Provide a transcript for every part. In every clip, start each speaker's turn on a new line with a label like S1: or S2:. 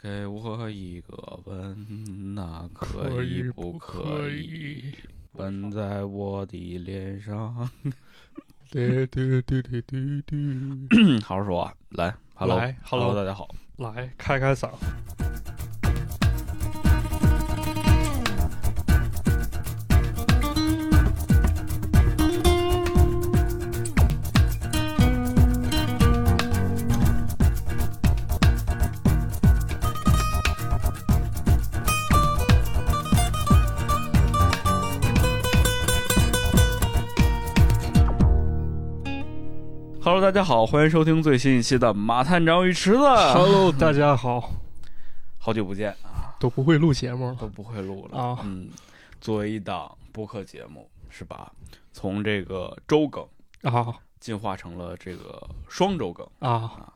S1: 给我一个吻，那可以不嗯可以？吻在我的脸上。
S2: 对对对对 对对，
S1: 好好说啊，来，Hello，
S2: 来
S1: hello,
S2: ，Hello，
S1: 大家好。
S2: 来开开嗓。
S1: Hello，大家好，欢迎收听最新一期的《马探长与池子》。
S2: Hello，大家好，
S1: 好久不见，
S2: 都不会录节目了。
S1: 都不会录了
S2: 啊
S1: 嗯，作为一档播客节目，是吧？从这个周更
S2: 啊
S1: 进化成了这个双周更。
S2: 啊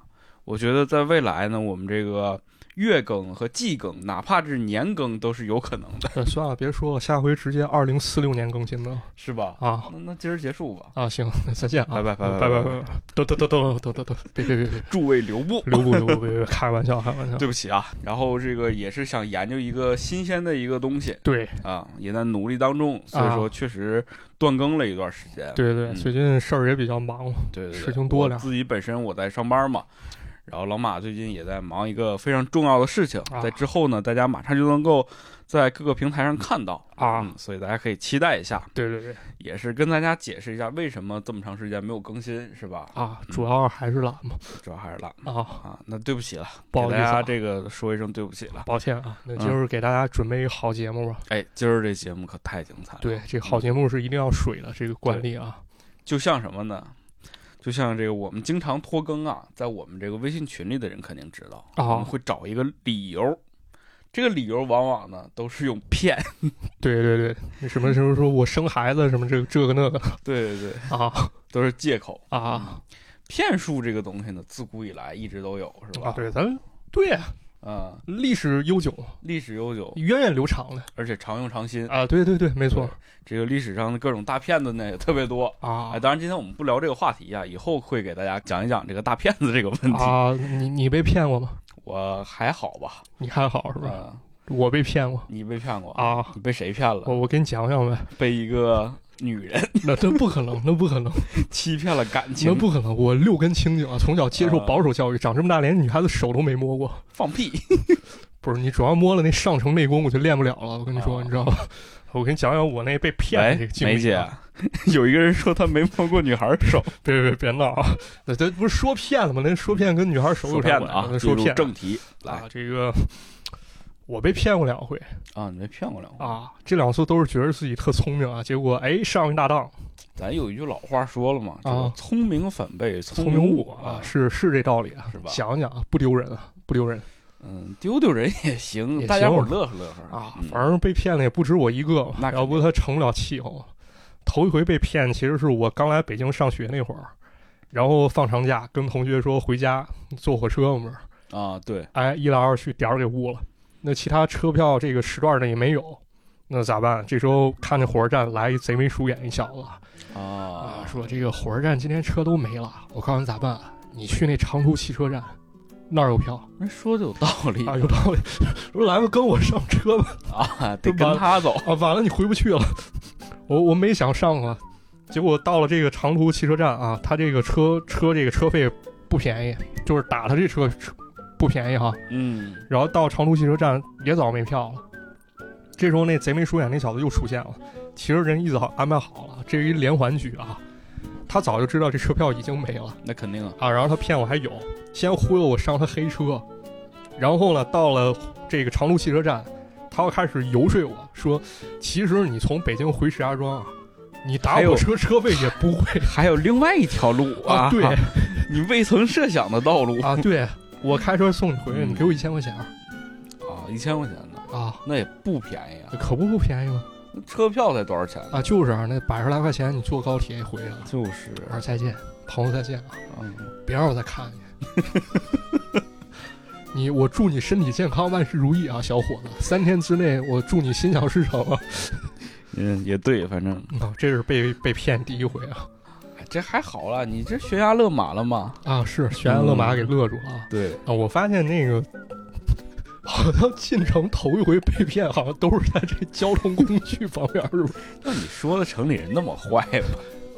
S1: 我觉得在未来呢，我们这个月更和季更，哪怕是年更，都是有可能的，
S2: 呃算了，别说了，下回直接二零四六年更新的
S1: 是吧？
S2: 啊
S1: 那那今儿结束吧，
S2: 啊！行，那再见啊，
S1: 拜拜拜拜
S2: 拜
S1: 拜
S2: 拜拜拜，等等等等等等等，别别别别，
S1: 诸位留步。
S2: 留步留步，别别别，开玩笑开玩笑。
S1: 对不起啊，然后这个也是想研究一个新鲜的一个东西
S2: 对
S1: 啊，也在努力当中，所以
S2: 啊
S1: 说确实断更了一段时间。
S2: 对对，
S1: 嗯
S2: 最近事儿也比较忙，
S1: 对对对，
S2: 事情多
S1: 我
S2: 了
S1: 自己本身我在上班嘛，然后老马最近也在忙一个非常重要的事情，
S2: 啊
S1: 在之后呢，大家马上就能够在各个平台上看到
S2: 啊
S1: 嗯所以大家可以期待一下。
S2: 对对对
S1: 也是跟大家解释一下为什么这么长时间没有更新，是吧？
S2: 啊，主要还是懒嘛
S1: 主要还是懒
S2: 啊，
S1: 啊。那对不起了，
S2: 不好
S1: 给
S2: 意
S1: 大
S2: 思啊
S1: 家这嗯个说一声对不起了。
S2: 抱歉啊，那就是给大家准备一个好节目吧。
S1: 哎，今儿这节目可太精彩了。，嗯
S2: 对，这好节目是一定要水的这个惯例啊。
S1: 就像什么呢？就像这个我们经常拖更啊，在我们这个微信群里的人肯定知道，
S2: 啊
S1: 我们会找一个理由。这个理由往往呢都是用骗，
S2: 对对对，那什么什么说我生孩子什么这个这个那个
S1: 对对对，
S2: 啊
S1: 都是借口。嗯
S2: 啊
S1: 骗术这个东西呢，自古以来一直都有，是吧？
S2: 啊！对，咱们对啊
S1: 嗯，
S2: 历史悠久，
S1: 历史悠久，
S2: 源远流长的
S1: 而且常用常新。
S2: 啊。对对对，没错
S1: 对这个历史上的各种大骗子呢也特别多。
S2: 啊
S1: 哎，当然今天我们不聊这个话题啊，以后会给大家讲一讲这个大骗子这个问题。
S2: 啊！你你被骗过吗？
S1: 我还好吧？
S2: 你还好是吧？
S1: 嗯，
S2: 我被骗过
S1: 你被骗过？
S2: 啊！
S1: 你被谁骗了？
S2: 我我给你讲讲 呗，
S1: 被一个女人
S2: 那那不可能，那不 可能，
S1: 欺骗了感
S2: 那
S1: 情？
S2: 不可能！我六根清净啊，从小接受
S1: 啊
S2: 保守教育，长这么大连女孩子手都没摸过。
S1: 放屁！
S2: 不是你主要摸了那上乘内功，我就练不了了。我跟你说，
S1: 啊
S2: 你知道吧？ 我给你讲讲我那被骗的这
S1: 喂
S2: 个，经历、啊。
S1: 哎梅姐， 有一个人说他没摸过女孩手，
S2: 别别别闹啊！ 那这不是说骗了吗？那说骗跟女孩 手有
S1: 说
S2: 啥
S1: 骗
S2: 关
S1: 子
S2: 系？
S1: 啊！进
S2: 那说
S1: 入
S2: 骗
S1: 正题来
S2: 啊，这个我被骗过两回
S1: 啊！你被骗过两回？
S2: 啊，这两次都是觉得自己特聪明啊，结果哎上一大当，
S1: 咱有一句老话说了嘛，
S2: 啊
S1: 叫聪明反被聪
S2: 聪明
S1: 误
S2: 误啊，是是这道理啊
S1: 是吧，
S2: 讲讲啊，不丢人啊，不丢人
S1: 嗯，丢丢人也行，
S2: 也
S1: 大家伙
S2: 行
S1: 儿乐呵乐呵
S2: 啊
S1: 嗯，
S2: 反正被骗的也不止我一个
S1: 那肯
S2: 嘛，
S1: 定
S2: 要不他成不了气候。头一回被骗，其实是我刚来北京上学那会儿，然后放长假跟同学说回家坐火车，我们
S1: 啊，对，
S2: 哎，一来二去点儿给误了。那其他车票这个时段的也没有，那咋办？这时候看见火车站来一贼眉鼠眼一小子啊，
S1: 啊，
S2: 说这个火车站今天车都没了，我告诉你咋办？你去那长途汽车站，那儿有票
S1: 那说的有道理
S2: 啊，有道理。 我说来吧，跟我上车吧。
S1: 啊，得
S2: 对吧
S1: 跟他走
S2: 啊，晚了你回不去了。我我没想上啊，结果到了这个长途汽车站啊，他这个车车这个车费不便宜，就是打他这车车不便宜哈。
S1: 嗯，
S2: 然后到长途汽车站也早没票了。这时候那贼眉鼠眼那小子又出现了，其实人一早安排好了，这是一连环局啊。他早就知道这车票已经没了
S1: 那肯定啊，
S2: 啊，然后他骗我还有，先忽悠我上他黑车，然后呢，到了这个长途汽车站，他又开始游说我说，其实你从北京回石家庄啊，你打
S1: 还有
S2: 火车车费也不会
S1: 还有另外一条路 啊，
S2: 对
S1: 你未曾设想的道路
S2: 啊，对 我开车送你
S1: 嗯
S2: 回去，你给我一千块钱
S1: 啊，一千块钱呢，
S2: 啊，
S1: 那也不便宜啊，
S2: 可不不便宜吗？
S1: 那车票才多少钱？
S2: 啊，就是啊，那百十来块钱你坐高铁也回来了。
S1: 就是，
S2: 我说再见，朋友再见啊，
S1: 嗯
S2: 别让我再看见。 你我祝你身体健康，万事如意啊，小伙子！三天之内我祝你心想事成 啊！
S1: 嗯，也对，反正
S2: 啊，这是被被骗第一回啊
S1: 哎这还好啦，你这悬崖勒马了嘛？
S2: 啊，是悬崖勒马给勒住了啊！
S1: 对，
S2: 啊，我发现那个好像进城头一回被骗，好像都是在这交通工具方面，是 不是？
S1: 那你说的城里人那么坏吗？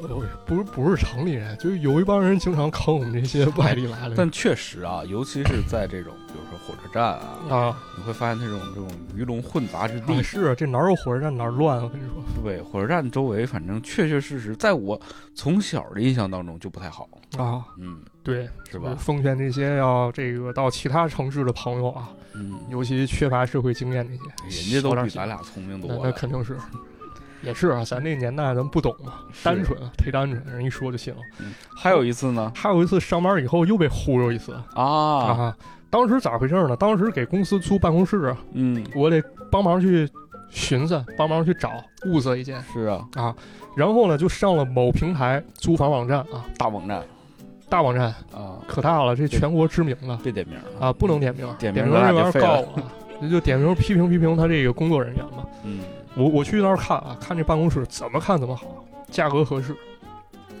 S2: 呃不是不是城里人，就是有一帮人经常坑我们这些外地来的人。
S1: 但确实啊，尤其是在这种，比如说火车站啊，
S2: 啊，
S1: 你会发现这种这种鱼龙混杂之地
S2: 啊。是这哪儿有火车站哪儿乱啊，我跟你说
S1: 对，火车站周围，反正确确实实，在我从小的印象当中就不太好。
S2: 啊，
S1: 嗯，
S2: 对，
S1: 是
S2: 就是
S1: 吧？
S2: 奉劝这些要这个到其他城市的朋友啊，
S1: 嗯，
S2: 尤其缺乏社会经验这些，
S1: 哎人家都
S2: 少点
S1: 比
S2: 心
S1: 咱俩聪明多
S2: 那
S1: 了。
S2: 那肯定是，也是啊，咱那年代咱不懂嘛，
S1: 是嗯
S2: 单纯啊，忒单纯，人一说就信了。
S1: 还有一次呢
S2: 还有一次上班以后又被忽悠一次
S1: 啊，
S2: 啊，当时咋回事呢？当时给公司租办公室，啊
S1: 嗯，
S2: 我得帮忙去寻思，帮忙去找，物色一间。
S1: 是啊，
S2: 然后呢，就上了某平台租房网站啊，
S1: 大网站
S2: 大网站
S1: 啊，
S2: 可大了，这全国知名的
S1: 别点名儿了
S2: 啊，不能点名，
S1: 点名
S2: 名这
S1: 咱俩
S2: 玩意
S1: 就废
S2: 儿
S1: 了
S2: 告我了，那就点名批评批评他这个工作人员嘛。
S1: 嗯，
S2: 我我去那儿看啊，看这办公室怎么看怎么好，价格合适，
S1: 物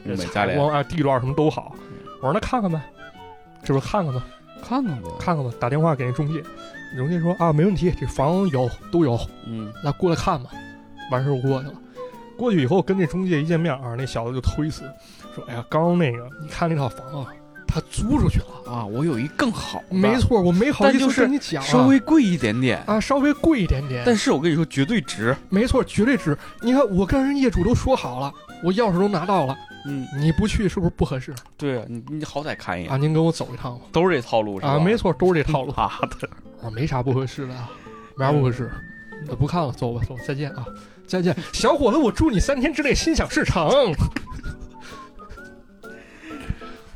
S1: 嗯美嗯价
S2: 采
S1: 廉，
S2: 光啊、地段什么都好。我说那看看呗，这不是看看吧，
S1: 看看呗。
S2: 看看吧，打电话给那中介，中介说啊没问题，这房有都有，
S1: 嗯，
S2: 那过来看吧。完事儿我过去了，过去以后跟这中介一见面啊，那小子就推辞说：“哎呀，刚刚那个你看那套房啊，他租出去了。
S1: 啊，我有一更好的，
S2: 没，错，我没好
S1: 但
S2: 意
S1: 就
S2: 思
S1: 是
S2: 跟你讲、啊，
S1: 稍微贵一点点，
S2: 啊稍微贵一点点，
S1: 但是我跟你说绝对值。
S2: 没错，绝对值。你看我跟人业主都说好了，我钥匙都拿到了，
S1: 嗯，
S2: 你不去是不是不合适
S1: 对啊，你你好歹看一眼，
S2: 啊？您跟我走一趟吧。
S1: 都是这套路是吧？啊
S2: 啊，没错，都是这套路。
S1: 妈的，
S2: 我说没啥不合适的，啊，没啥不合适。那不看了，走吧，走，再见啊，再见，小伙子，我祝你三天之内心想事成。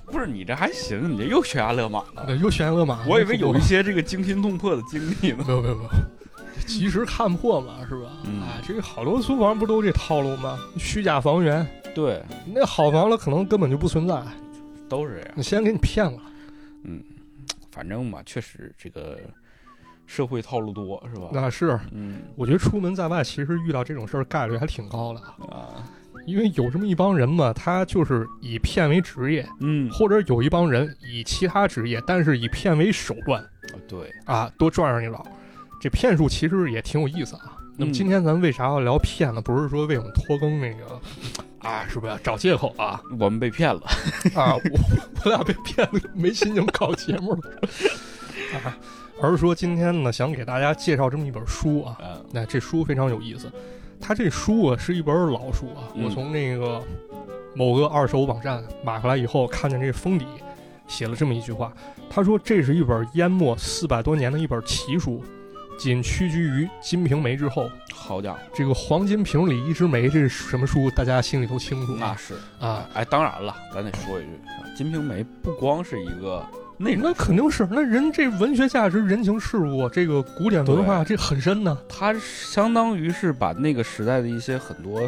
S1: 不是你这还行，你这又悬崖勒马了。
S2: 又悬崖勒马，
S1: 我以为有一
S2: 没
S1: 些这个惊心动魄的经历 呢。
S2: 有没有没有，及时看破嘛，是吧？
S1: 嗯
S2: 啊，这个好多租房不都这套路吗？虚假房源，
S1: 对，
S2: 那好房了可能根本就不存在，
S1: 都是这样。
S2: 你先给你骗了。
S1: 反正嘛，确实这个社会套路多，是吧？
S2: 那是，
S1: 嗯
S2: 我觉得出门在外其实遇到这种事儿概率还挺高的，
S1: 啊，
S2: 因为有这么一帮人嘛，他就是以骗为职业，
S1: 嗯，
S2: 或者有一帮人以其他职业，但是以骗为手段。
S1: 对，
S2: 啊，多赚上一捞。这骗术其实也挺有意思啊。那么
S1: 嗯
S2: 今天咱为啥要聊骗呢？不是说为我们拖更那个啊，是不是找借口啊？
S1: 我们被骗了。
S2: 啊，我我俩被骗了，没心情搞节目了啊。而是说今天呢，想给大家介绍这么一本书啊。
S1: 嗯
S2: 那这书非常有意思，它这书啊是一本老书啊，
S1: 嗯
S2: 我从那个某个二手网站买回来以后，看见这封底写了这么一句话，他说这是一本淹没四百多年的一本奇书，仅屈居于《金瓶梅》之后。
S1: 好家伙，
S2: 这个《黄金瓶里一枝梅》这是什么书？大家心里都清楚
S1: 那
S2: 啊
S1: 是
S2: 啊！
S1: 哎，当然了，咱得说一句，《金瓶梅》不光是一个内容，
S2: 那肯定是，那人这文学价值、人情世故，这个古典文化这很深呢。
S1: 它相当于是把那个时代的一些很多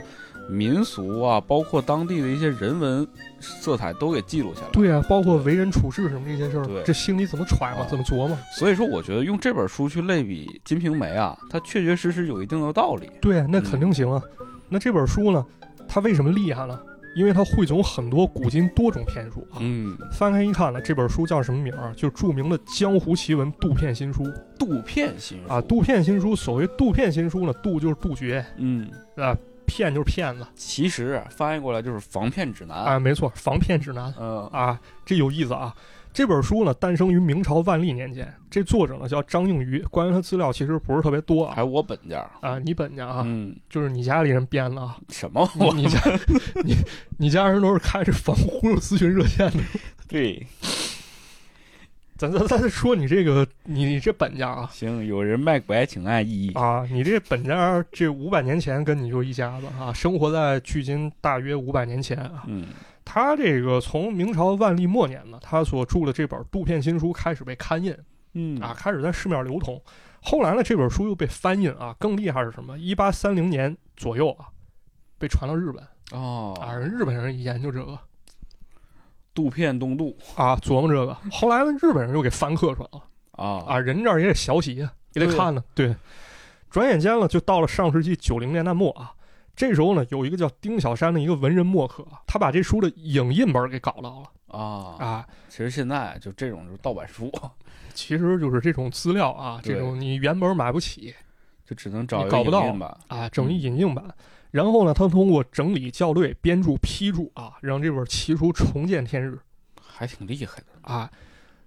S1: 民俗啊，包括当地的一些人文色彩都给记录下来。
S2: 对啊，包括为人处事什么这些事
S1: 对
S2: 儿，这心里怎么揣摩、
S1: 啊
S2: 怎么琢磨？
S1: 所以说，我觉得用这本书去类比《金瓶梅》啊，它确确实实有一定的道理。
S2: 对，那
S1: 嗯
S2: 肯定行啊。那这本书呢，它为什么厉害呢？因为它汇总很多古今多种骗术啊。
S1: 嗯，
S2: 翻开一看呢，这本书叫什么名儿？啊就著名的江湖奇闻《杜骗新书》
S1: 杜片心术
S2: 啊。杜骗新书，所谓杜骗新书呢，杜就是杜绝，
S1: 嗯，
S2: 啊，骗就是骗子
S1: 其实啊翻译过来就是防骗指南。
S2: 啊，没错，防骗指南
S1: 嗯
S2: 啊，这有意思啊。这本书呢，诞生于明朝万历年间，这作者呢叫张应余，关于他资料其实不是特别多
S1: 还有
S2: 啊。
S1: 我本家
S2: 啊，你本家啊，
S1: 嗯，
S2: 就是你家里人编的啊。
S1: 什么 我
S2: 你家你你家人都是开着防忽悠咨询热线的。
S1: 对，
S2: 咱咱咱说你这个你你这本家啊
S1: 行，有人卖拐，请按一。
S2: 啊，你这本家这五百年前跟你就一家子啊，生活在距今大约五百年前啊。
S1: 嗯，
S2: 他这个从明朝万历末年呢，他所著的这本《杜片新书》开始被刊印
S1: 嗯
S2: 啊，，开始在市面流通。后来呢，这本书又被翻印啊，更厉害是什么？一八三零年左右啊，被传到日本啊，
S1: 哦，
S2: 人日本人研究这个。
S1: 杜片东渡
S2: 啊，琢磨这个。后来呢，日本人又给翻刻出来了
S1: 啊
S2: 啊，人这儿也得学习啊，也得看呢。对，转眼间了，就到了上世纪九零年代末啊。这时候呢，有一个叫丁小山的一个文人墨客啊，他把这书的影印本给搞到了
S1: 啊！
S2: 啊，
S1: 其实现在就这种就是盗版书，
S2: 其实就是这种资料啊，这
S1: 对
S2: 种你原本买不起
S1: 就只能找一
S2: 你
S1: 个
S2: 搞不到
S1: 影印吧。
S2: 啊，整一引进版。然后呢，他通过整理、校对、编著、批注啊，让这本奇书重见天日
S1: 还挺厉害的。
S2: 啊。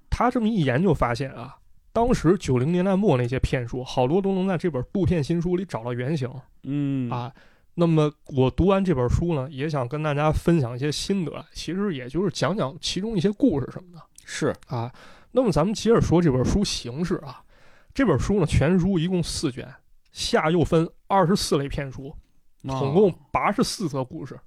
S2: 他这么一研究发现啊，当时九零年代末那些骗术，好多都能在这本杜片新书里找到原型。
S1: 嗯，
S2: 啊。那么我读完这本书呢，也想跟大家分享一些心得，其实也就是讲讲其中一些故事什么的
S1: 是
S2: 啊。那么咱们接着说这本书形式啊，这本书呢全书一共四卷，下又分二十四类骗书，
S1: 哦
S2: 总共八十四则故事
S1: 啊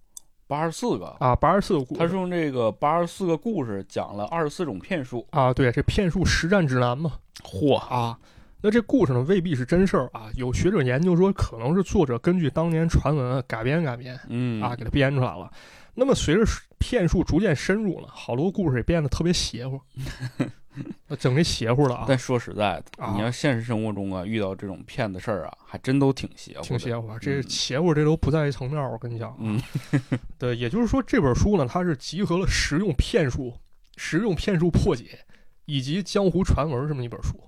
S1: 八十四个。
S2: 啊，八十四个故
S1: 他是
S2: 事。
S1: 用这个八十四个故事讲了二十四种骗术。
S2: 啊，对，这骗术实战指南嘛
S1: 嚯，
S2: 啊。那这故事呢未必是真事儿啊，有学者研究说可能是作者根据当年传闻改编改编。
S1: 嗯
S2: 啊，给它编出来了。那么随着骗术逐渐深入了，好多故事也变得特别 邪乎，那整这邪乎了啊，
S1: 但说实在的，
S2: 啊
S1: 你要现实生活中啊遇到这种骗子事儿啊，还真都挺邪乎的。
S2: 挺邪啊乎啊。这
S1: 嗯
S2: 邪乎这都不在一层面儿，我跟你讲。
S1: 嗯，
S2: 对，也就是说这本书呢，它是集合了实用骗术、实用骗术破解以及江湖传闻这么一本书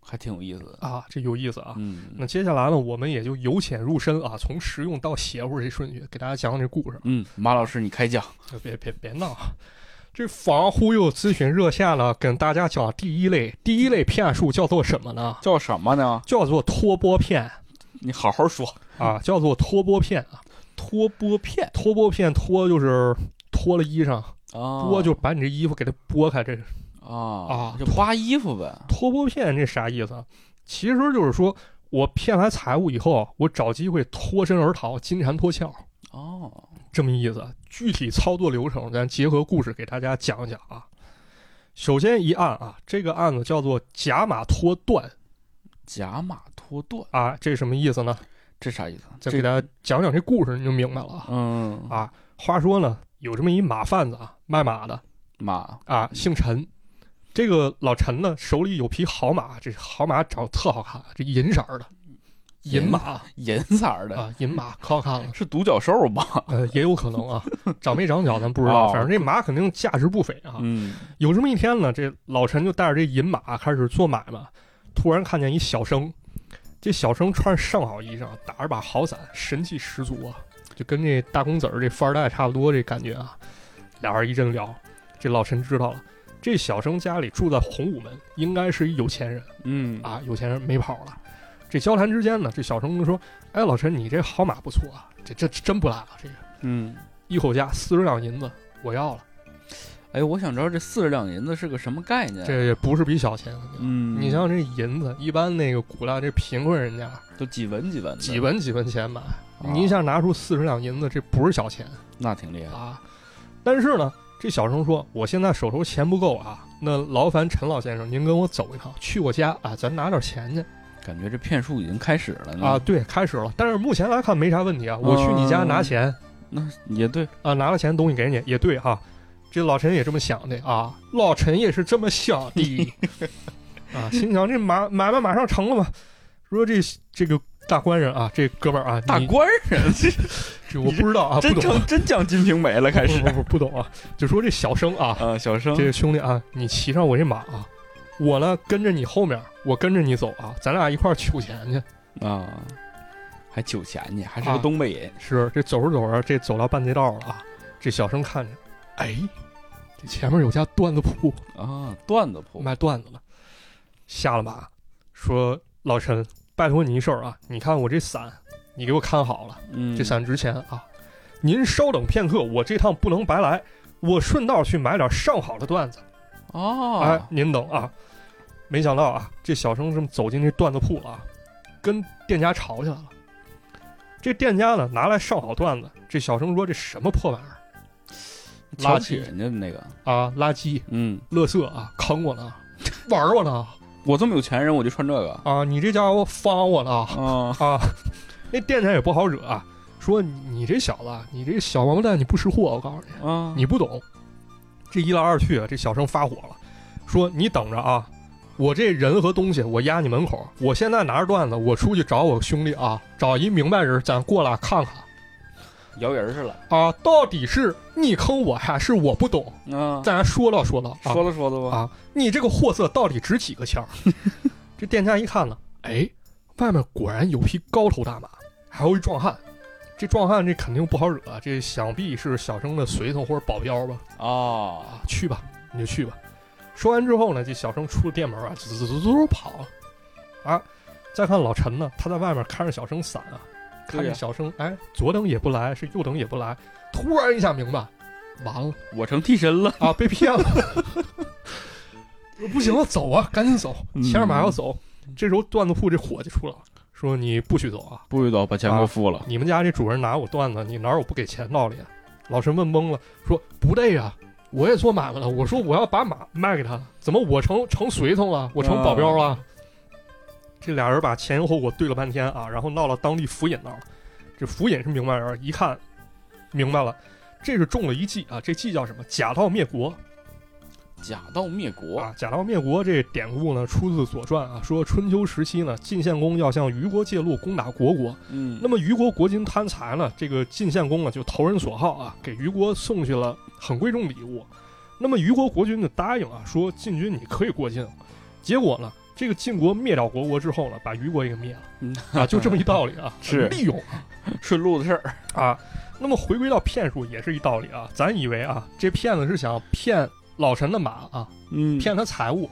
S1: 还挺有意思的。
S2: 啊，这有意思啊。
S1: 嗯
S2: 那接下来呢，我们也就由浅入深啊，从实用到邪乎这顺序给大家讲讲这故事。
S1: 嗯，马老师你开讲。
S2: 别别别闹！啊这防忽悠咨询热线呢，跟大家讲第一类，第一类骗术叫做什么呢？
S1: 叫什么呢？
S2: 叫做托钵骗
S1: 你好好说。
S2: 啊，叫做托钵骗啊。
S1: 托钵骗
S2: 托钵骗，脱就是脱了衣裳，
S1: 啊，
S2: 剥就把你这衣服给它剥开。这个
S1: 啊
S2: 啊
S1: 就扒衣服呗。
S2: 托钵骗这啥意思啊？其实就是说我骗来财物以后，我找机会脱身而逃，金蝉脱壳，
S1: 哦，
S2: 这么意思。具体操作流程，咱结合故事给大家讲一讲啊。首先一案啊，这个案子叫做假马脱断
S1: 假马脱缎，
S2: 啊，这什么意思呢？
S1: 这啥意思？
S2: 再给大家讲讲这故事，你就明白了啊。
S1: 嗯
S2: 啊，话说呢，有这么一马贩子啊，卖马的
S1: 马
S2: 啊，姓陈。这个老陈呢，手里有匹好马，这好马长得特好看，啊这银色儿的，银马
S1: 银色儿的
S2: 啊，银马可 好看了。
S1: 是独角兽吧？
S2: 呃，也有可能啊，长没长角咱不知道，
S1: 哦
S2: 反正这马肯定价值不菲啊。
S1: 嗯，
S2: 有这么一天呢，这老陈就带着这银马开始做买卖，突然看见一小生，这小生穿着上好衣裳，打着把好伞，神气十足啊，就跟这大公子儿这富二代差不多这感觉啊。俩人一阵聊，这老陈知道了，这小生家里住在洪武门，应该是一有钱人
S1: 嗯
S2: 啊，有钱人没跑了。这交谈之间呢，这小生就说：“哎，老陈，你这好马不错啊，这这这真不赖啊，这个
S1: 嗯，
S2: 一口价四十两银子，我要了，
S1: 哎，我想知道这四十两银子是个什么概念？
S2: 这也不是笔小钱。”
S1: 嗯，
S2: 你像这银子，一般那个古代这贫困人家
S1: 都几文几文的，啊
S2: 几文几文钱买，你一下拿出四十两银子，这不是小钱
S1: 那挺厉害。
S2: 啊。但是呢，这小生说，我现在手头钱不够啊，那劳烦陈老先生您跟我走一趟，去我家啊，咱拿点钱去
S1: 感觉这骗术已经开始了呢
S2: 啊。！对，开始了，但是目前来看没啥问题啊，我去你家拿钱
S1: 那也对，
S2: 啊，拿了钱东西给你也对哈、这老陈也这么想的啊，老陈也是这么想 的啊，心想这买买卖马上成了嘛。说这这个大官人啊，这哥们儿啊，
S1: 大
S2: 你
S1: 官人，
S2: 这我不知道啊，不
S1: 真
S2: 懂啊，
S1: 成真讲《金瓶梅》了，开
S2: 不
S1: 始
S2: 不不不懂啊，就说这小生啊，
S1: 啊，小生
S2: 这个兄弟啊，你骑上我这马啊，我呢跟着你后面，我跟着你走啊，咱俩一块儿取钱去。
S1: 啊，还酒钱呢，还是个
S2: 啊
S1: 东北人，
S2: 是，这走着走着，这走到半截道了啊，这小生看着，哎，这前面有家段子铺，
S1: 啊，段子铺
S2: 卖段子的，下了马，说老陈，拜托你一事儿啊，你看我这伞，你给我看好了。
S1: 嗯，
S2: 这伞值钱啊！您稍等片刻，我这趟不能白来，我顺道去买点上好的段子。
S1: 哦，
S2: 哎，您等啊！没想到啊，这小生这么走进这段子铺了啊，跟店家吵起来了。这店家呢，拿来上好段子，这小生说这什么破玩意儿
S1: 瞧
S2: 垃
S1: 不起
S2: 圾
S1: 人家的那个，
S2: 啊，垃圾、
S1: 嗯，
S2: 垃圾啊，坑我呢，玩我呢
S1: 我这么有钱人，我就穿这个
S2: 啊，你这家伙方我呢
S1: 啊，
S2: 啊！ 那店家也不好惹啊，说你这小子啊，你这小王八蛋，你不识货，我告诉你。
S1: 啊，
S2: 你不懂。这一来二去，啊这小生发火了，说：“你等着啊，我这人和东西我压你门口，我现在拿着段子，我出去找我兄弟啊，找一明白人，咱过来看看。
S1: 摇人儿似的。
S2: 啊，到底是你坑我还是我不懂？
S1: 嗯，
S2: 咱说了说了啊，
S1: 说了说了吧，
S2: 啊，你这个货色到底值几个 钱儿？啊这店家一看呢，哎，外面果然有匹高头大马，还有一壮汉。这壮汉这肯定不好惹，啊这想必是小生的随从或者保镖吧？
S1: 啊，
S2: 啊，去吧，你就去吧。说完之后呢，这小生出了店门啊，滋滋滋滋跑了。啊，再看老陈呢，他在外面看着小生散啊，看
S1: 对
S2: 着
S1: 呀
S2: 小生，哎，左等也不来，是右等也不来，突然一下明白，完了。
S1: 我成替身了。
S2: 啊，被骗了。 不行了，走啊，赶紧走，
S1: 嗯
S2: 前面马要走。这时候段子铺这伙计出来了，说你不许走啊！
S1: 不知道把钱给我付了。
S2: 你们家这主人拿我段子，你哪有不给钱道理啊？老陈问懵了，说不对呀、我也做买卖了，我说我要把马卖给他，怎么我成成随从了，我成保镖了？这俩人把前因后果对了半天啊，然后闹到当地府尹那儿了。这府尹是明白人，一看明白了，这是中了一计啊！这计叫什么？假道灭国。
S1: 假道灭国，
S2: 啊，假道灭国这典故呢，出自《左传》啊，说春秋时期呢，晋献公要向虞国借路攻打虢国，
S1: 嗯，
S2: 那么虞国国君贪财呢，这个晋献公呢就投人所好啊，给虞国送去了很贵重礼物。那么虞国国君就答应啊，说晋军你可以过晋。结果呢，这个晋国灭掉国国之后呢，把虞国也给灭了
S1: 嗯
S2: 啊，就这么一道理啊，
S1: 是
S2: 利用啊。
S1: 顺路的事儿，
S2: 啊。那么回归到骗术也是一道理啊，咱以为啊，这骗子是想骗老陈的马啊，
S1: 嗯
S2: 骗他财物，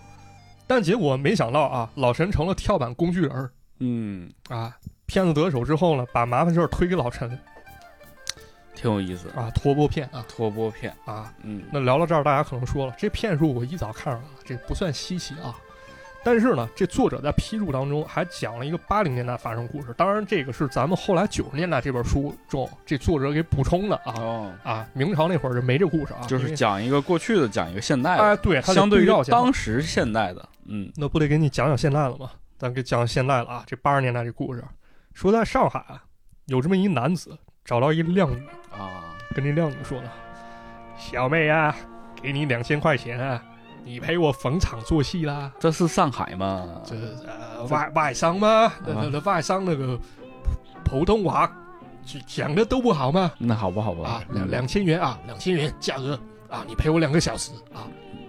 S2: 但结果没想到啊，老陈成了跳板工具人儿
S1: 嗯，
S2: 啊。骗子得手之后呢，把麻烦事儿推给老陈
S1: 挺有意思，
S2: 啊，托钵骗啊
S1: 托钵骗，
S2: 啊。
S1: 嗯，
S2: 那聊到这儿，大家可能说了，这骗术我一早看上了，这不算稀奇啊。但是呢，这作者在批注当中还讲了一个八零年代发生故事，当然这个是咱们后来九十年代这本书中这作者给补充的啊
S1: 哦，
S2: 啊，明朝那会儿就没这故事啊，
S1: 就
S2: 因
S1: 是
S2: 为
S1: 讲一个过去的，讲一个现代的，
S2: 哎，对，他得
S1: 相对于
S2: 照一下
S1: 当时现代的，嗯，
S2: 那不得给你讲讲现代了吗？咱给讲现代了啊，这八十年代这故事，说在上海啊，有这么一男子找到一靓女，
S1: 啊，
S2: 跟这靓女说呢：“小妹啊，给你两千块钱啊，你陪我逢场作戏啦。
S1: 这是上海吗？
S2: 这呃外外商吗？那
S1: 啊
S2: 那那外商那个普通话讲的都不好吗？
S1: 那好吧，好吧，
S2: 啊，两两千元啊，两千元价格啊，你陪我两个小时啊，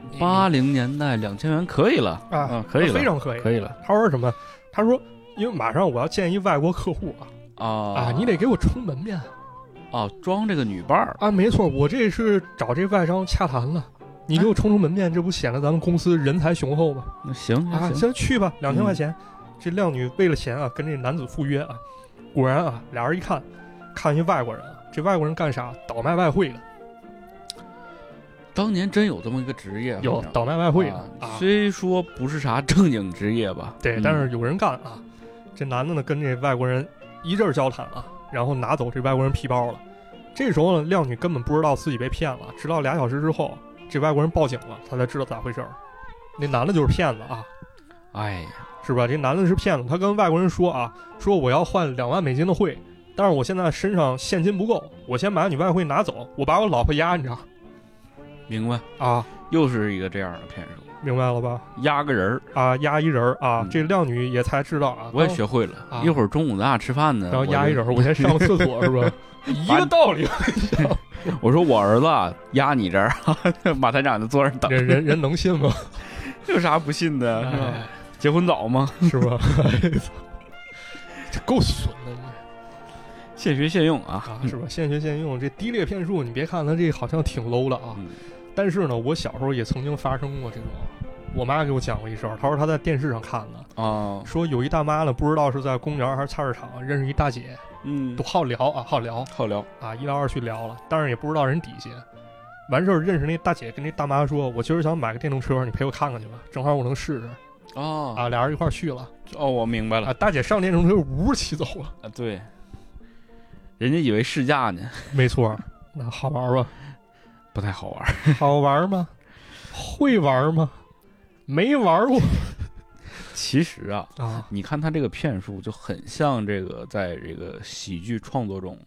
S2: 你
S1: 八零年代两千元可以了
S2: 啊
S1: 嗯可以了
S2: 非，常可以，
S1: 可以了
S2: 他说什么？他说，因为马上我要见一外国客户啊，
S1: 啊
S2: 啊，你得给我充门面啊
S1: 哦装这个女伴儿，
S2: 啊，没错，我这是找这外商洽谈了，你给我充充门面，这不显得咱们公司人才雄厚吗？
S1: 那行
S2: 啊，
S1: 行，
S2: 先去吧，两千块钱。这靓女为了钱啊，跟这男子赴约啊，果然啊，俩人一看，看一外国人啊，这外国人干啥？倒卖外汇的，
S1: 当年真有这么一个职业，
S2: 有
S1: 好像
S2: 倒卖外汇的
S1: 啊
S2: 啊，
S1: 虽说不是啥正经职业吧，
S2: 对，
S1: 嗯
S2: 但是有人干啊。这男的呢，跟这外国人一阵儿交谈啊，然后拿走这外国人皮包了。这时候呢，靓女根本不知道自己被骗了，直到俩小时之后，这外国人报警了，她才知道咋回事儿。那男的就是骗子啊，
S1: 哎呀，
S2: 是吧？这男的是骗子，他跟外国人说啊，说我要换两万美金的汇，但是我现在身上现金不够，我先把你外汇拿走，我把我老婆压你这儿
S1: 明白，
S2: 啊，
S1: 又是一个这样的骗术，
S2: 明白了吧？
S1: 压个人儿，
S2: 啊，压一人儿啊，
S1: 嗯
S2: 这靓女也才知道啊，
S1: 我也
S2: 刚
S1: 学会
S2: 啊
S1: 了，一会儿中午咱俩吃饭呢，
S2: 然后
S1: 我
S2: 压一
S1: 就
S2: 人，嗯儿，我先上个厕 所是吧？一个道理，啊
S1: 我说我儿子啊压你这儿， 马团长就坐那儿等，
S2: 人人人能信吗？
S1: 有啥不信的？是吧
S2: 哎
S1: 结婚早吗？
S2: 是吧？这够损的你
S1: 现学现用啊，
S2: 啊，是吧？现学现用，这低劣骗术，你别看它这好像挺 low 的啊，
S1: 嗯
S2: 但是呢，我小时候也曾经发生过这种。我妈给我讲过一事儿，她说她在电视上看的，
S1: 啊，
S2: 说有一大妈呢，不知道是在公园还是菜市场认识一大姐，
S1: 嗯
S2: 都，好聊啊，好聊
S1: 好聊，
S2: 啊，一来二去聊了，但是也不知道人底细。完事儿认识那大姐，跟那大妈说：“我今儿想买个电动车，你陪我看看去吧，正好我能试试。”
S1: 哦
S2: 啊，俩人一块儿去了
S1: 哦，我明白了
S2: 啊。，大姐上电动车呜骑走了，
S1: 啊对，人家以为试驾呢，
S2: 没错儿。 那好玩儿吧？
S1: 不太好玩儿，
S2: 好玩儿吗？会玩儿吗？没玩儿过
S1: 其实啊。
S2: 啊
S1: 你看他这个骗术就很像这个，在这个喜剧创作中，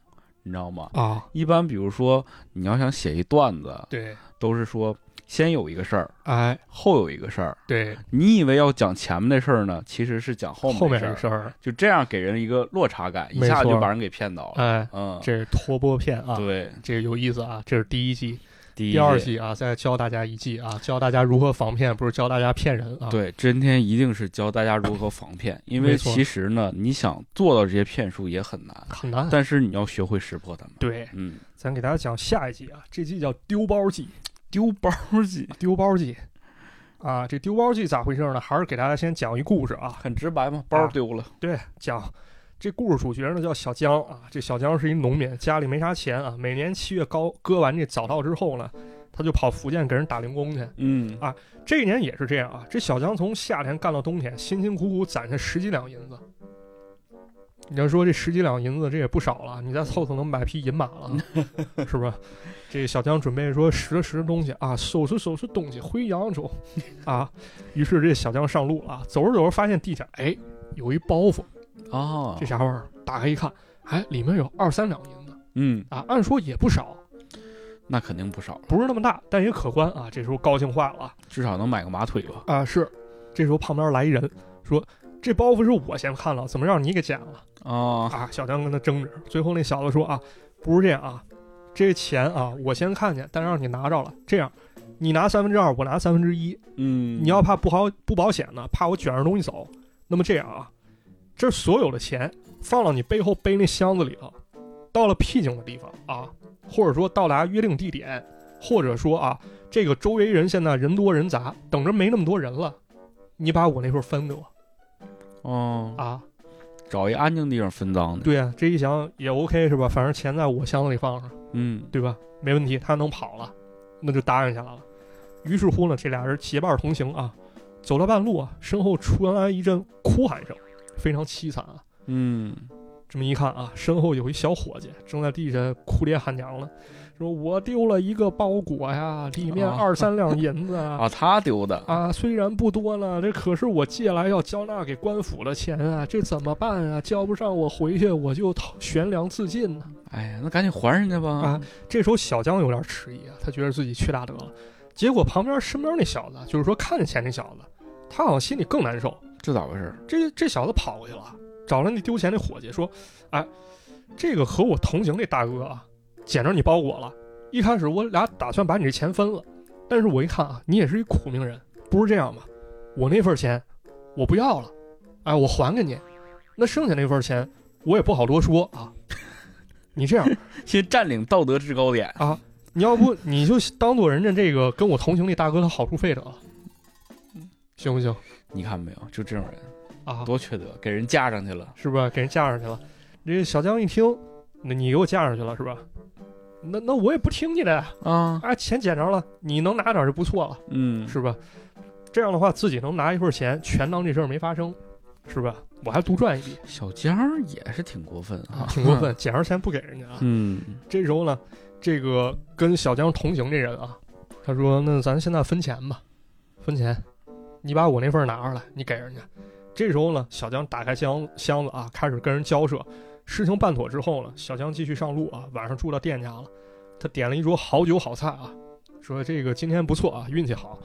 S1: 你知道吗？
S2: 啊！
S1: 一般比如说你要想写一段子，
S2: 对
S1: 都是说先有一个事儿，
S2: 哎，
S1: 后有一个事儿。
S2: 对，
S1: 你以为要讲前面那事儿呢，其实是讲后
S2: 后
S1: 面那
S2: 面
S1: 事
S2: 这
S1: 儿，
S2: 事儿，
S1: 就这样给人一个落差感，一
S2: 没
S1: 下就
S2: 错
S1: 把人给骗倒了。
S2: 哎，
S1: 嗯，
S2: 这是拖波片啊，
S1: 对，
S2: 这个有意思啊，这是第一季，
S1: 第
S2: 第二
S1: 季
S2: 季啊，再教大家一季啊，教大家如何防骗，不是教大家骗人啊，
S1: 对，真天一定是教大家如何防骗，因为
S2: 没错
S1: 其实呢，你想做到这些骗术也很难，
S2: 很难。
S1: 但是你要学会识破它们。
S2: 对，
S1: 嗯，
S2: 咱给大家讲下一季啊，这季叫丢包季，
S1: 丢包计
S2: 啊丢包季啊，这丢包季咋回事呢？还是给大家先讲一故事啊，
S1: 很直白嘛，包丢了，
S2: 对，讲这故事主角呢叫小江啊，这小江是一农民，家里没啥钱啊，每年七月高割完这早稻之后呢，他就跑福建给人打零工去。
S1: 嗯
S2: 啊这一年也是这样啊，这小江从夏天干到冬天，辛辛苦苦攒下十几两银子。你要说这十几两银子，这也不少了，你再凑凑能买匹银马了，是不是？这小江准备说拾了拾东西啊，收拾收拾东西回扬州啊。于是这小江上路了啊，走着走着发现地下哎有一包袱，
S1: 哦
S2: 啊这啥玩意儿？打开一看，哎，里面有二三两银子
S1: 嗯，
S2: 啊，按说也不少，
S1: 那肯定不少了，
S2: 不是那么大，但也可观啊。这时候高兴坏了
S1: 至少能买个马腿吧。
S2: 啊，是。这时候旁边来一人说：“这包袱是我先看了，怎么让你给捡了
S1: 哦，
S2: 啊？”小江跟他争执，最后那小子说：“啊，不是这样啊，这钱啊我先看见，但让你拿着了，这样。”你拿三分之二，我拿三分之一。
S1: 嗯，
S2: 你要怕不好不保险呢，怕我卷着东西走，那么这样啊，这所有的钱放到你背后背那箱子里头，到了僻静的地方啊，或者说到达约定地点，或者说啊，这个周围人现在人多人杂，等着没那么多人了，你把我那份分给我
S1: 哦，
S2: 啊。
S1: 找一安静地方分赃的，
S2: 对啊，这一想也 OK 是吧？反正钱在我箱子里放着，
S1: 嗯，
S2: 对吧？没问题，他能跑了，那就答应下来了。于是乎呢，这俩人结伴同行啊，走到半路啊，身后传来一阵哭喊声，非常凄惨啊。
S1: 嗯，
S2: 这么一看啊，身后有一小伙计正在地下哭爹喊娘了，说：“我丢了一个包裹呀，里面
S1: 啊
S2: 二三两银子啊。
S1: 啊，他丢的，
S2: 啊，虽然不多呢，这可是我借来要交纳给官府的钱啊，这怎么办啊？交不上，我回去我就逃悬梁自尽呢、
S1: 哎呀，那赶紧还人家吧。
S2: 啊这时候小江有点迟疑啊，他觉得自己缺大德了。结果旁边身边那小子，就是说看见钱那小子，他好像心里更难受。
S1: 这咋回事？
S2: 这这小子跑过去了，找了那丢钱那伙计说：“哎，这个和我同行这大哥啊，捡着你包裹了。一开始我俩打算把你这钱分了，但是我一看啊，你也是一苦命人，不如这样吧，我那份钱我不要了，哎，我还给你。那剩下那份钱我也不好多说啊。你这样，
S1: 先占领道德制高点。
S2: 你要不你就当做人家这个跟我同行那大哥的好处费得了，
S1: 嗯
S2: 行不行
S1: 你看没有？就这种人
S2: 啊？
S1: 多缺德，给人架上去了。
S2: 是吧？给人架上去了。这小江一听，那你给我架上去了是吧？那那我也不听你的呀
S1: 啊，
S2: 啊，钱捡着了，你能拿点就不错了，
S1: 嗯，
S2: 是吧？这样的话，自己能拿一份钱，全当这事儿没发生，是吧？我还独赚一笔，
S1: 小江儿也是挺过分啊，
S2: 挺过分。捡着钱不给人家啊，
S1: 嗯。
S2: 这时候呢，这个跟小江同行这人啊，他说：“那咱现在分钱吧，分钱，你把我那份拿出来，你给人家。”这时候呢，小江打开箱箱子啊，开始跟人交涉。事情办妥之后呢，小江继续上路啊。晚上住到店家了，他点了一桌好酒好菜啊，说这个今天不错啊，运气好，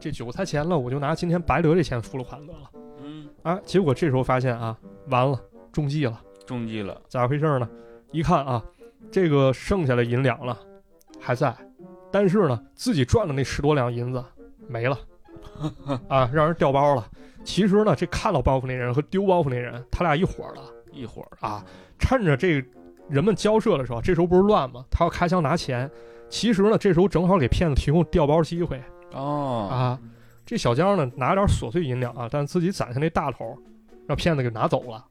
S2: 这酒菜钱了，我就拿今天白得这钱付了款得了。
S1: 嗯，
S2: 啊，结果这时候发现啊，完了，中计了。
S1: 中计了。
S2: 咋回事呢？一看啊，这个剩下的银两了还在，但是呢，自己赚的那十多两银子没了，啊，让人调包了。其实呢，这看到包袱那人和丢包袱那人，他俩一伙儿的
S1: 一伙儿
S2: 啊。趁着这人们交涉的时候，这时候不是乱吗？他要开枪拿钱。其实呢，这时候正好给骗子提供调包机会
S1: 哦
S2: 啊。这小江呢，拿点琐碎银两啊，但自己攒下那大头，让骗子给拿走了，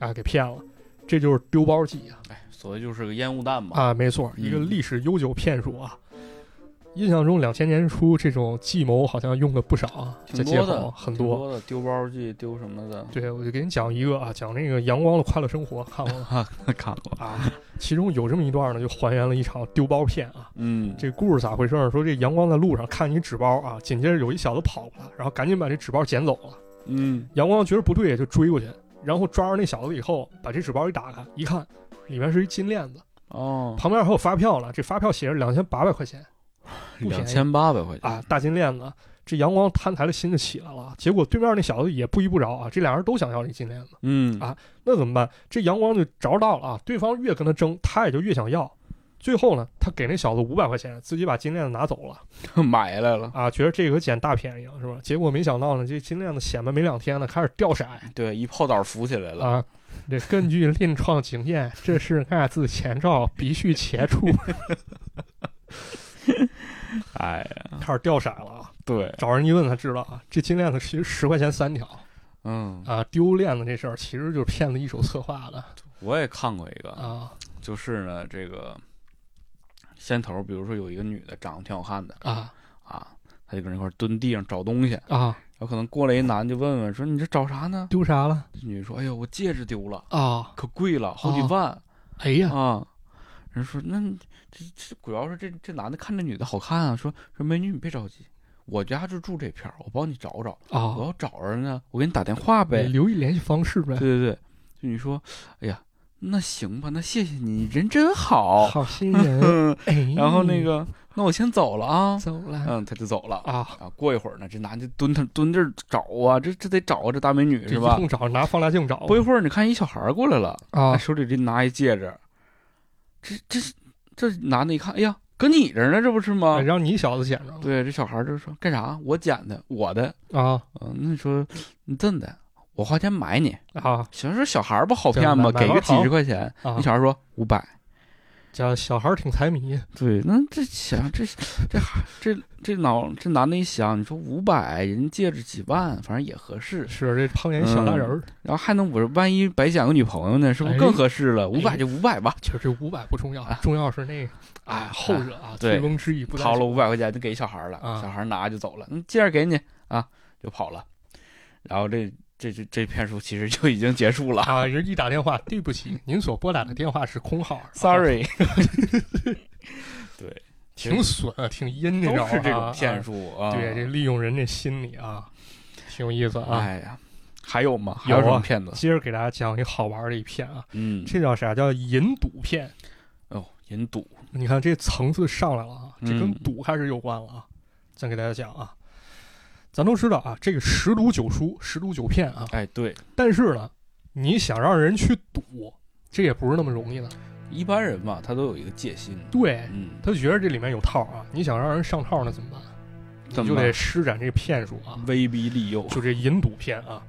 S2: 啊，给骗了。这就是丢包计啊。
S1: 哎所谓就是个烟雾弹嘛。
S2: 啊，没错，一个
S1: 嗯
S2: 历史悠久骗术啊。印象中，两千年初这种计谋好像用的不少啊，
S1: 挺
S2: 在街
S1: 多的
S2: 头，很
S1: 挺
S2: 多。
S1: 多的丢包计丢什么 的，
S2: 对，我就给你讲一个啊，讲那个《阳光的快乐生活》，看过吗？
S1: 看过。
S2: 啊，其中有这么一段呢，就还原了一场丢包骗啊。
S1: 嗯，
S2: 这故事咋回事儿？说这阳光在路上看一纸包啊，紧接着有一小子跑过来，然后赶紧把这纸包捡走了。
S1: 嗯，
S2: 阳光觉得不对，就追过去，然后抓着那小子以后，把这纸包一打开，一看里面是一金链子，
S1: 哦，
S2: 旁边还有发票了，这发票写着两千八百块钱。不便
S1: 两
S2: 宜
S1: 千八百块钱嗯
S2: 啊，大金链子。这阳光摊开了心就起来了，结果对面那小子也不依不饶啊，这俩人都想要这金链子，
S1: 嗯
S2: 啊那怎么办？这阳光就着到了啊，对方越跟他争，他也就越想要。最后呢，他给那小子五百块钱，自己把金链子拿走了。
S1: 买来了，
S2: 啊，觉得这个捡大便宜了是吧？结果没想到呢，这金链子显摆没两天呢，开始掉色
S1: 对，一炮弹浮起来了，
S2: 啊。这根据临床经验，这是俺自前兆，必须切除。
S1: 哎呀，
S2: 开始掉色了啊！
S1: 对，
S2: 找人一问才知道啊，这金链子其实十块钱三条
S1: 嗯，
S2: 啊。丢链子这事儿其实就是骗子一手策划的
S1: 我也看过一个，
S2: 啊
S1: 就是呢，这个先头，比如说有一个女的长得挺好看的
S2: 啊
S1: 啊，她就跟人一块儿蹲地上找东西，然
S2: 啊！
S1: 后可能过来一男就问问说你这找啥呢？
S2: 丢啥了
S1: 这女的说哎呦我戒指丢了，
S2: 啊？
S1: 可贵了，好几
S2: 哦
S1: 万
S2: 哎呀
S1: 啊。人说那你这这主要是这这男的看这女的好看啊，说说美女你别着急，我家就住这片儿，我帮你找找，我
S2: 啊！
S1: 要找着呢，我给你打电话呗。
S2: 留一联系方式呗
S1: 哦对。对对，就你说哎呀那行吧，那谢谢你，人真好。嗯
S2: 好心 人。哎，
S1: 然后那个，那我先走了 啊，
S2: 走了
S1: 嗯，他就走了
S2: 啊，
S1: 啊。过一会儿呢，这男的蹲他蹲这儿找啊，这这得找啊，这大美女
S2: 这
S1: 是
S2: 一
S1: 吧？
S2: 通找，拿放大镜找
S1: 不一会儿，你看一小孩儿过来了，
S2: 啊
S1: 哎手里这拿一戒指，这这是这男的一看，哎呀，搁你这儿呢，这不是吗
S2: 哎？让你小子捡着了
S1: 对，这小孩儿就说干啥？我捡的，我的。
S2: 啊
S1: 嗯，那你说你怎的？我花钱买你。
S2: 啊
S1: 行，说小孩儿不好
S2: 这
S1: 骗吗？
S2: 买
S1: 给个
S2: 买包
S1: 几
S2: 糖
S1: 十块钱，
S2: 啊
S1: 那！小孩儿说五百。
S2: 叫小孩儿挺财迷，
S1: 对，那这想这这这这脑这男的一想，你说五百人戒指几万，反正也合适，
S2: 是这胖脸小大人儿，
S1: 然后还能我说万一白捡个女朋友呢，是不是更
S2: 哎
S1: 合适了？五百
S2: 哎
S1: 就五百吧，
S2: 其实这五百不重要
S1: 啊，
S2: 重要是那哎
S1: 啊
S2: 后者啊，
S1: 对
S2: 醉翁之意不在
S1: 掏了
S2: 酒
S1: 五百块钱就给小孩儿了，
S2: 啊
S1: 小孩儿拿就走了，嗯，戒指给你啊，就跑了。然后这这这这骗术其实就已经结束 了。
S2: 啊！人一打电话，对不起，您所拨打的电话是空号
S1: Sorry，
S2: 挺损，挺阴这招
S1: 都
S2: 啊
S1: 是这种骗
S2: 啊
S1: 术啊。
S2: 对，这利用人这心理啊，挺有意思啊。
S1: 哎呀，还有吗？还
S2: 有
S1: 什么
S2: 啊
S1: 骗子？
S2: 接着给大家讲一个好玩儿的一骗啊，
S1: 嗯，
S2: 这叫啥？叫引赌骗。
S1: 哦，人赌，
S2: 你看这层次上来了啊，这跟
S1: 嗯
S2: 赌开始有关了啊。咱给大家讲啊，咱都知道啊，这个十赌九输，十赌九骗啊。
S1: 哎，对，
S2: 但是呢，你想让人去赌，这也不是那么容易的。
S1: 一般人嘛，他都有一个戒心。
S2: 对
S1: 嗯，
S2: 他觉得这里面有套啊，你想让人上套，那怎么办？
S1: 怎么
S2: 你就
S1: 办
S2: 得施展这个骗术啊，
S1: 威逼利诱，
S2: 就这引赌骗啊。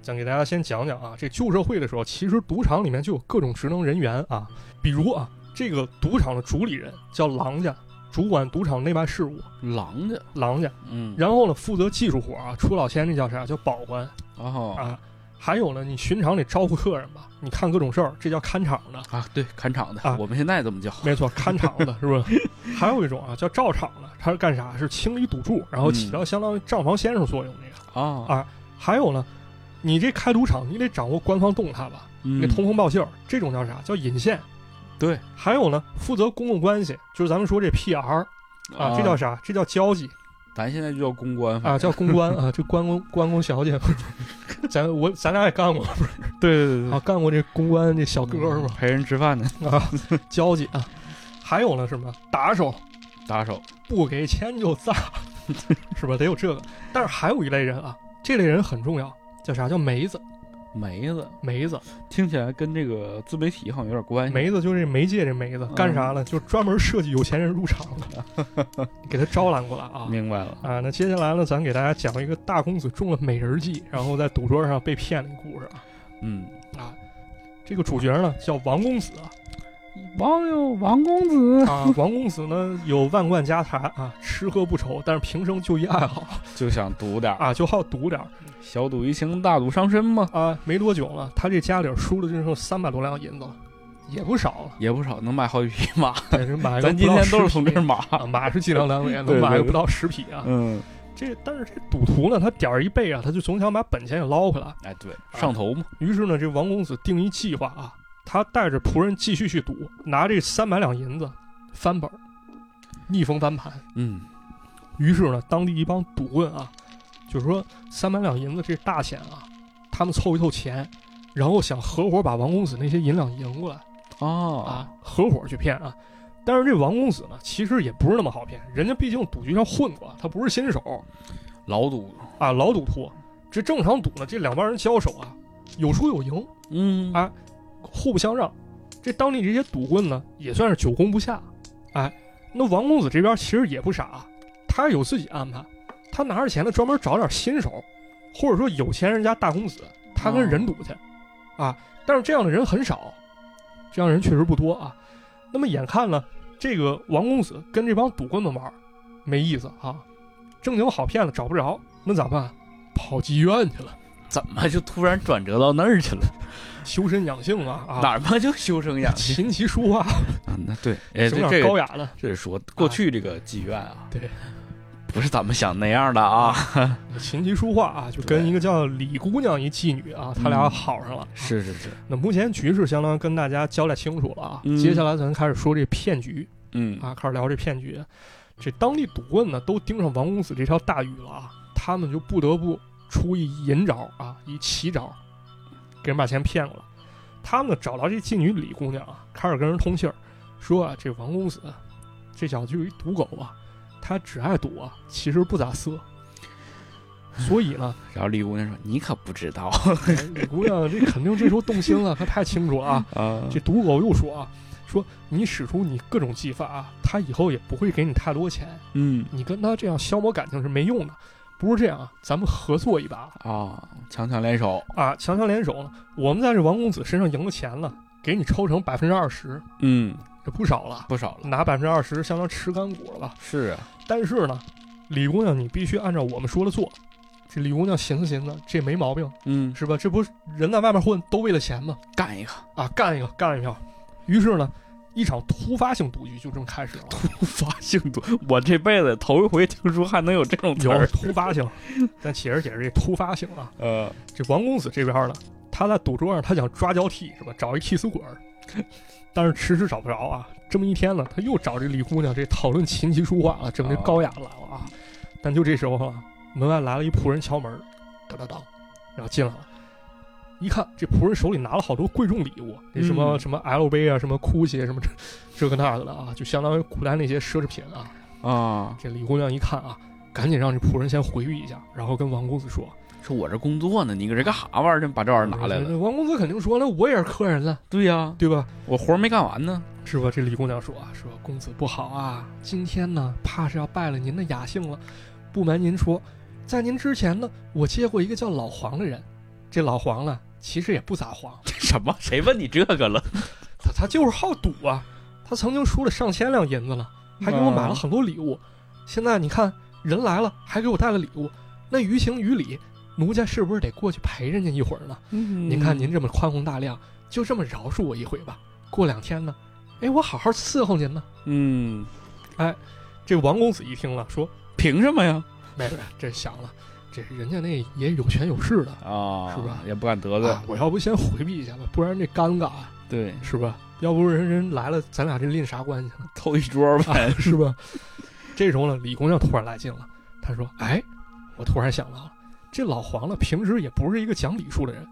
S2: 咱给大家先讲讲啊，这旧社会的时候，其实赌场里面就有各种职能人员啊，比如啊，这个赌场的主理人叫郎家，主管赌场内外事务，
S1: 狼的，
S2: 郎家。
S1: 嗯，
S2: 然后呢，负责技术活儿啊，出老千那叫啥？叫保官
S1: 然后
S2: 啊。还有呢，你巡场得招呼客人吧，你看各种事儿，这叫看场的。
S1: 啊，对，看场的
S2: 啊，
S1: 我们现在这么叫，
S2: 没错，看场的是不是？ 还有一种啊，叫照场的，他是干啥？是清理赌注，然后起到相当于账房先生作用那个。
S1: 啊
S2: 啊还有呢，你这开赌场，你得掌握官方动态吧？
S1: 嗯
S2: 你得通风报信儿，这种叫啥？叫引线。
S1: 对
S2: 还有呢，负责公共关系，就是咱们说这 PR 啊，这叫啥？这叫交际
S1: 咱现在就叫公关
S2: 啊，叫公关啊，这关公关公小姐， 咱我咱俩也干过
S1: 对对对
S2: 啊，干过这公关这小哥是吧？
S1: 嗯陪人吃饭的
S2: 啊，交际啊，还有呢什么打手，
S1: 打手，
S2: 不给钱就砸，是吧？得有这个。但是还有一类人啊，这类人很重要，叫啥？叫梅子。
S1: 梅子
S2: 梅子，
S1: 听起来跟这个自媒体好像有点关系，
S2: 梅子就是这媒介这梅子，
S1: 嗯
S2: 干啥呢？就是专门设计有钱人入场的， 给他招揽过来啊。
S1: 明白了，
S2: 啊，那接下来呢，咱给大家讲一个大公子中了美人计，然后在赌桌上被骗的一个故事啊。
S1: 嗯，
S2: 这个主角呢叫王公子
S1: 网友王公 子
S2: 啊，王公子呢有万贯家财啊，吃喝不愁，但是平生就一爱好
S1: 就想赌点儿，
S2: 啊，就好赌点儿
S1: 小赌怡情，大赌伤身嘛，。
S2: 啊。没多久了，他这家里儿输了就剩三百多两银子了，也不少了
S1: 也不少，能买好几匹马，
S2: 但是买 个
S1: 咱
S2: 不
S1: 今
S2: 到
S1: 天
S2: 10
S1: 都是从这儿
S2: 匹
S1: 买，
S2: 啊，马是计量单位，
S1: 对
S2: 能
S1: 对
S2: 买个
S1: 对
S2: 不到十匹啊。
S1: 嗯，
S2: 这但是这赌徒呢，他点儿一背啊，他就总想把本钱给捞回来。
S1: 哎对，上头嘛，
S2: 于是呢，这王公子定一计划啊，他带着仆人继续去赌，拿这三百两银子翻本儿，逆风翻盘。
S1: 嗯，
S2: 于是呢，当地一帮赌棍啊，就是说三百两银子这大钱啊，他们凑一凑钱，然后想合伙把王公子那些银两赢过来啊
S1: 哦，
S2: 啊，合伙去骗啊。但是这王公子呢，其实也不是那么好骗，人家毕竟赌局上混过，他不是新手
S1: 老赌，
S2: 啊，老赌徒。这正常赌呢，这两帮人交手啊，有输有赢，
S1: 嗯
S2: 啊互不相让。这当地这些赌棍呢，也算是久攻不下。哎，那王公子这边其实也不傻，他有自己安排，他拿着钱呢，专门找点新手，或者说有钱人家大公子，他跟人赌去，
S1: 哦
S2: 啊，但是这样的人很少，这样的人确实不多啊。那么眼看呢，这个王公子跟这帮赌棍们玩儿没意思啊，正经好骗子找不着，那咋办？跑妓院去了，
S1: 怎么就突然转折到那儿去了？
S2: 修身养性啊啊！
S1: 哪儿嘛就修身 养性？
S2: 琴棋书画，
S1: 啊那对，哎，
S2: 整
S1: 这
S2: 点
S1: 这
S2: 高
S1: 个
S2: 雅的。
S1: 这得说，过去这个妓院啊，
S2: 对，
S1: 不是咱们想那样的 啊，
S2: 琴棋书画啊，就跟
S1: 对
S2: 一个叫李姑娘一妓女啊，她俩
S1: 嗯
S2: 好上了。
S1: 是是是，
S2: 那目前局势相当于跟大家交代清楚了啊，
S1: 嗯
S2: 接下来咱开始说这骗局
S1: 嗯
S2: 啊，开始聊这骗局。这当地赌棍呢，都盯上王公子这条大鱼了啊，他们就不得不出一银招啊，一奇招，给人把钱骗过来。他们呢找到这妓女李姑娘啊，开始跟人通信儿，说啊，这王公子这小子就是一赌狗啊，他只爱赌啊，其实不咋色，所以呢。哎
S1: 然后李姑娘说：“你可不知道
S2: 李姑娘这肯定这时候动心了，她太清楚 了啊。
S1: 啊
S2: 这赌狗又说啊，说你使出你各种技法啊，他以后也不会给你太多钱，
S1: 嗯
S2: 你跟他这样消磨感情是没用的。不如这样啊，咱们合作一把
S1: 啊，强强联手，
S2: 啊，强强联手呢，我们在这王公子身上赢了钱了，给你抽成百分之二十，
S1: 嗯，
S2: 这不少了，
S1: 不少了，
S2: 拿百分之二十相当吃干果了。
S1: 是啊，
S2: 但是呢，李姑娘你必须按照我们说的做。这李姑娘寻思寻思，这没毛病
S1: 嗯，
S2: 是吧？这不是人在外面混都为了钱吗？
S1: 干一个
S2: 啊，干一个，干一票。于是呢，一场突发性赌局就这么开始了。
S1: 突发性赌，我这辈子头一回听说还能有这种词
S2: 有
S1: 儿，
S2: 突发性， 咱解释解释这突发性啊。
S1: 呃，
S2: 这王公子这边呢，他在赌桌上他想抓交替是吧？找一替死鬼儿，但是迟迟找不着啊。这么一天呢，他又找这李姑娘这讨论琴棋书画啊，整这
S1: 哦
S2: 高雅来了啊。但就这时候啊，门外来了一仆人敲门，当当当，然后进来了。一看这仆人手里拿了好多贵重礼物，那什么、
S1: 嗯
S2: 什么 LV 啊，什么 GUCCI 什么这这个那个的啊，就相当于古代那些奢侈品啊。
S1: 啊，
S2: 这李姑娘一看啊，赶紧让这仆人先回避一下，然后跟王公子说：“
S1: 说我这工作呢，你搁这干啥玩意儿？把这玩意儿拿来了？
S2: 王公子肯定说了，我也是客人了，
S1: 对呀、
S2: 对吧？
S1: 我活儿没干完呢，
S2: 是吧？这李姑娘说啊，说公子不好啊，今天呢，怕是要败了您的雅兴了。不瞒您说，在您之前呢，我接过一个叫老黄的人，这老黄呢，其实也不咋黄，
S1: 这什么？谁问你这个了？
S2: 他他就是好赌啊，他曾经输了上千两银子了，还给我买了很多礼物。现在你看人来了，还给我带了礼物，那于情于理，奴家是不是得过去陪人家一会儿呢？您
S1: 您
S2: 嗯看您这么宽宏大量，就这么饶恕我一回吧。过两天呢，哎，我好好伺候您呢。
S1: 嗯，
S2: 这王公子一听了，说
S1: 凭什么呀？：“
S2: 妹妹，这想了，这人家那也有权有势的，
S1: 啊，
S2: 是吧
S1: 也不敢得罪，
S2: 啊我要不先回避一下吧，不然这尴尬啊，
S1: 对，
S2: 是吧？要不人人来了，咱俩这拎啥关系呢？
S1: 凑一桌呗。
S2: 是吧？”这时候呢，李姑娘突然来劲了，她说：“哎，我突然想到了，这老黄呢，平时也不是一个讲礼数的人，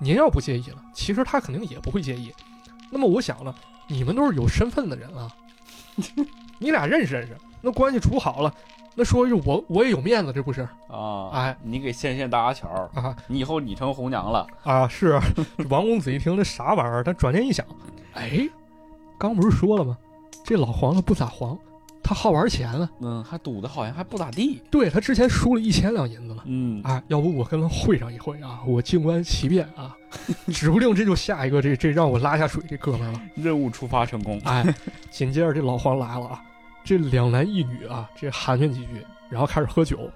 S2: 您要不介意了，其实他肯定也不会介意。那么我想呢，你们都是有身份的人啊， 你俩认识认识，那关系处好了，那说一句我我也有面子，这不是？”
S1: 啊，
S2: 哎，
S1: 你给献献大家桥儿，
S2: 啊
S1: 你以后你成红娘了。
S2: 啊！ 是这王公子一听这啥玩意儿，他转念一想，哎，刚不是说了吗？这老黄他不咋黄，他好玩钱啊。
S1: 嗯，还赌的好像还不咋地。
S2: 对他之前输了一千两银子了，
S1: 嗯，
S2: 哎，要不我跟他会上一会啊，我静观其变啊，指不定这就下一个这这让我拉下水这哥们儿了。
S1: 任务触发成功。
S2: 哎，紧接着这老黄来了啊，这两男一女啊，这寒暄几句，然后开始喝酒。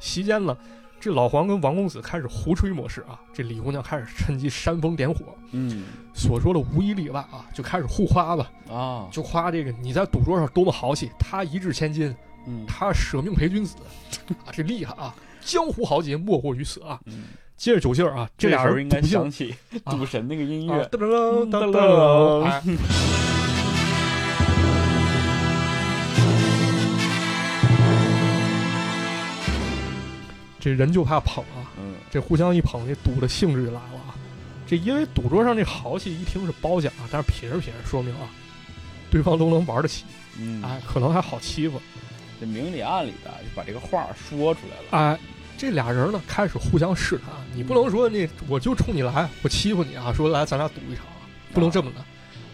S2: 席间呢，这老黄跟王公子开始胡吹模式啊，这李姑娘开始趁机煽风点火。
S1: 嗯
S2: 所说的无一例外啊，就开始互夸吧，
S1: 啊，
S2: 就夸这个你在赌桌上多么豪气，他一掷千金，
S1: 嗯
S2: 他舍命陪君子， 啊，这厉害啊！江湖豪杰莫过于此啊！
S1: 嗯，
S2: 接着酒劲儿啊，
S1: 这
S2: 俩
S1: 时候
S2: 人
S1: 应该
S2: 不幸
S1: 想起赌神那个音
S2: 啊
S1: 乐。嗯啊
S2: 噔噔噔噔
S1: 噔噔
S2: 噔，哎这人就怕捧啊，
S1: 嗯
S2: 这互相一捧，这赌的性质就来了啊。这因为赌桌上这豪气一听是褒奖啊，但是撇着撇着说明啊，对方都能玩得起，
S1: 嗯，
S2: 哎，可能还好欺负。
S1: 这明里暗里的就把这个话说出来了。
S2: 哎，这俩人呢开始互相试探，你不能说那我就冲你来，我欺负你啊，说来咱俩赌一场啊，不能这么的。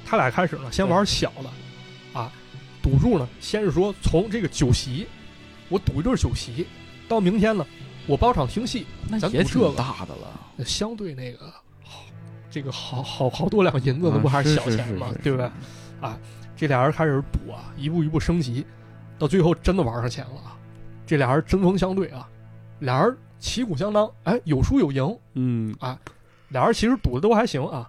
S2: 他俩开始呢，先玩小的，啊，赌注呢，先是说从这个酒席，我赌一对酒席，到明天呢，我包场听戏，
S1: 那
S2: 咱
S1: 也
S2: 赌这个
S1: 挺大的了，
S2: 相对那个好，这个好好好多两银子，那不还啊
S1: 啊
S2: 是小钱吗？对不对？？这俩人开始赌啊，一步一步升级，到最后真的玩上钱了啊！这俩人针锋相对啊，俩人旗鼓相当，哎，有输有赢，
S1: 嗯，
S2: 俩人其实赌的都还行啊。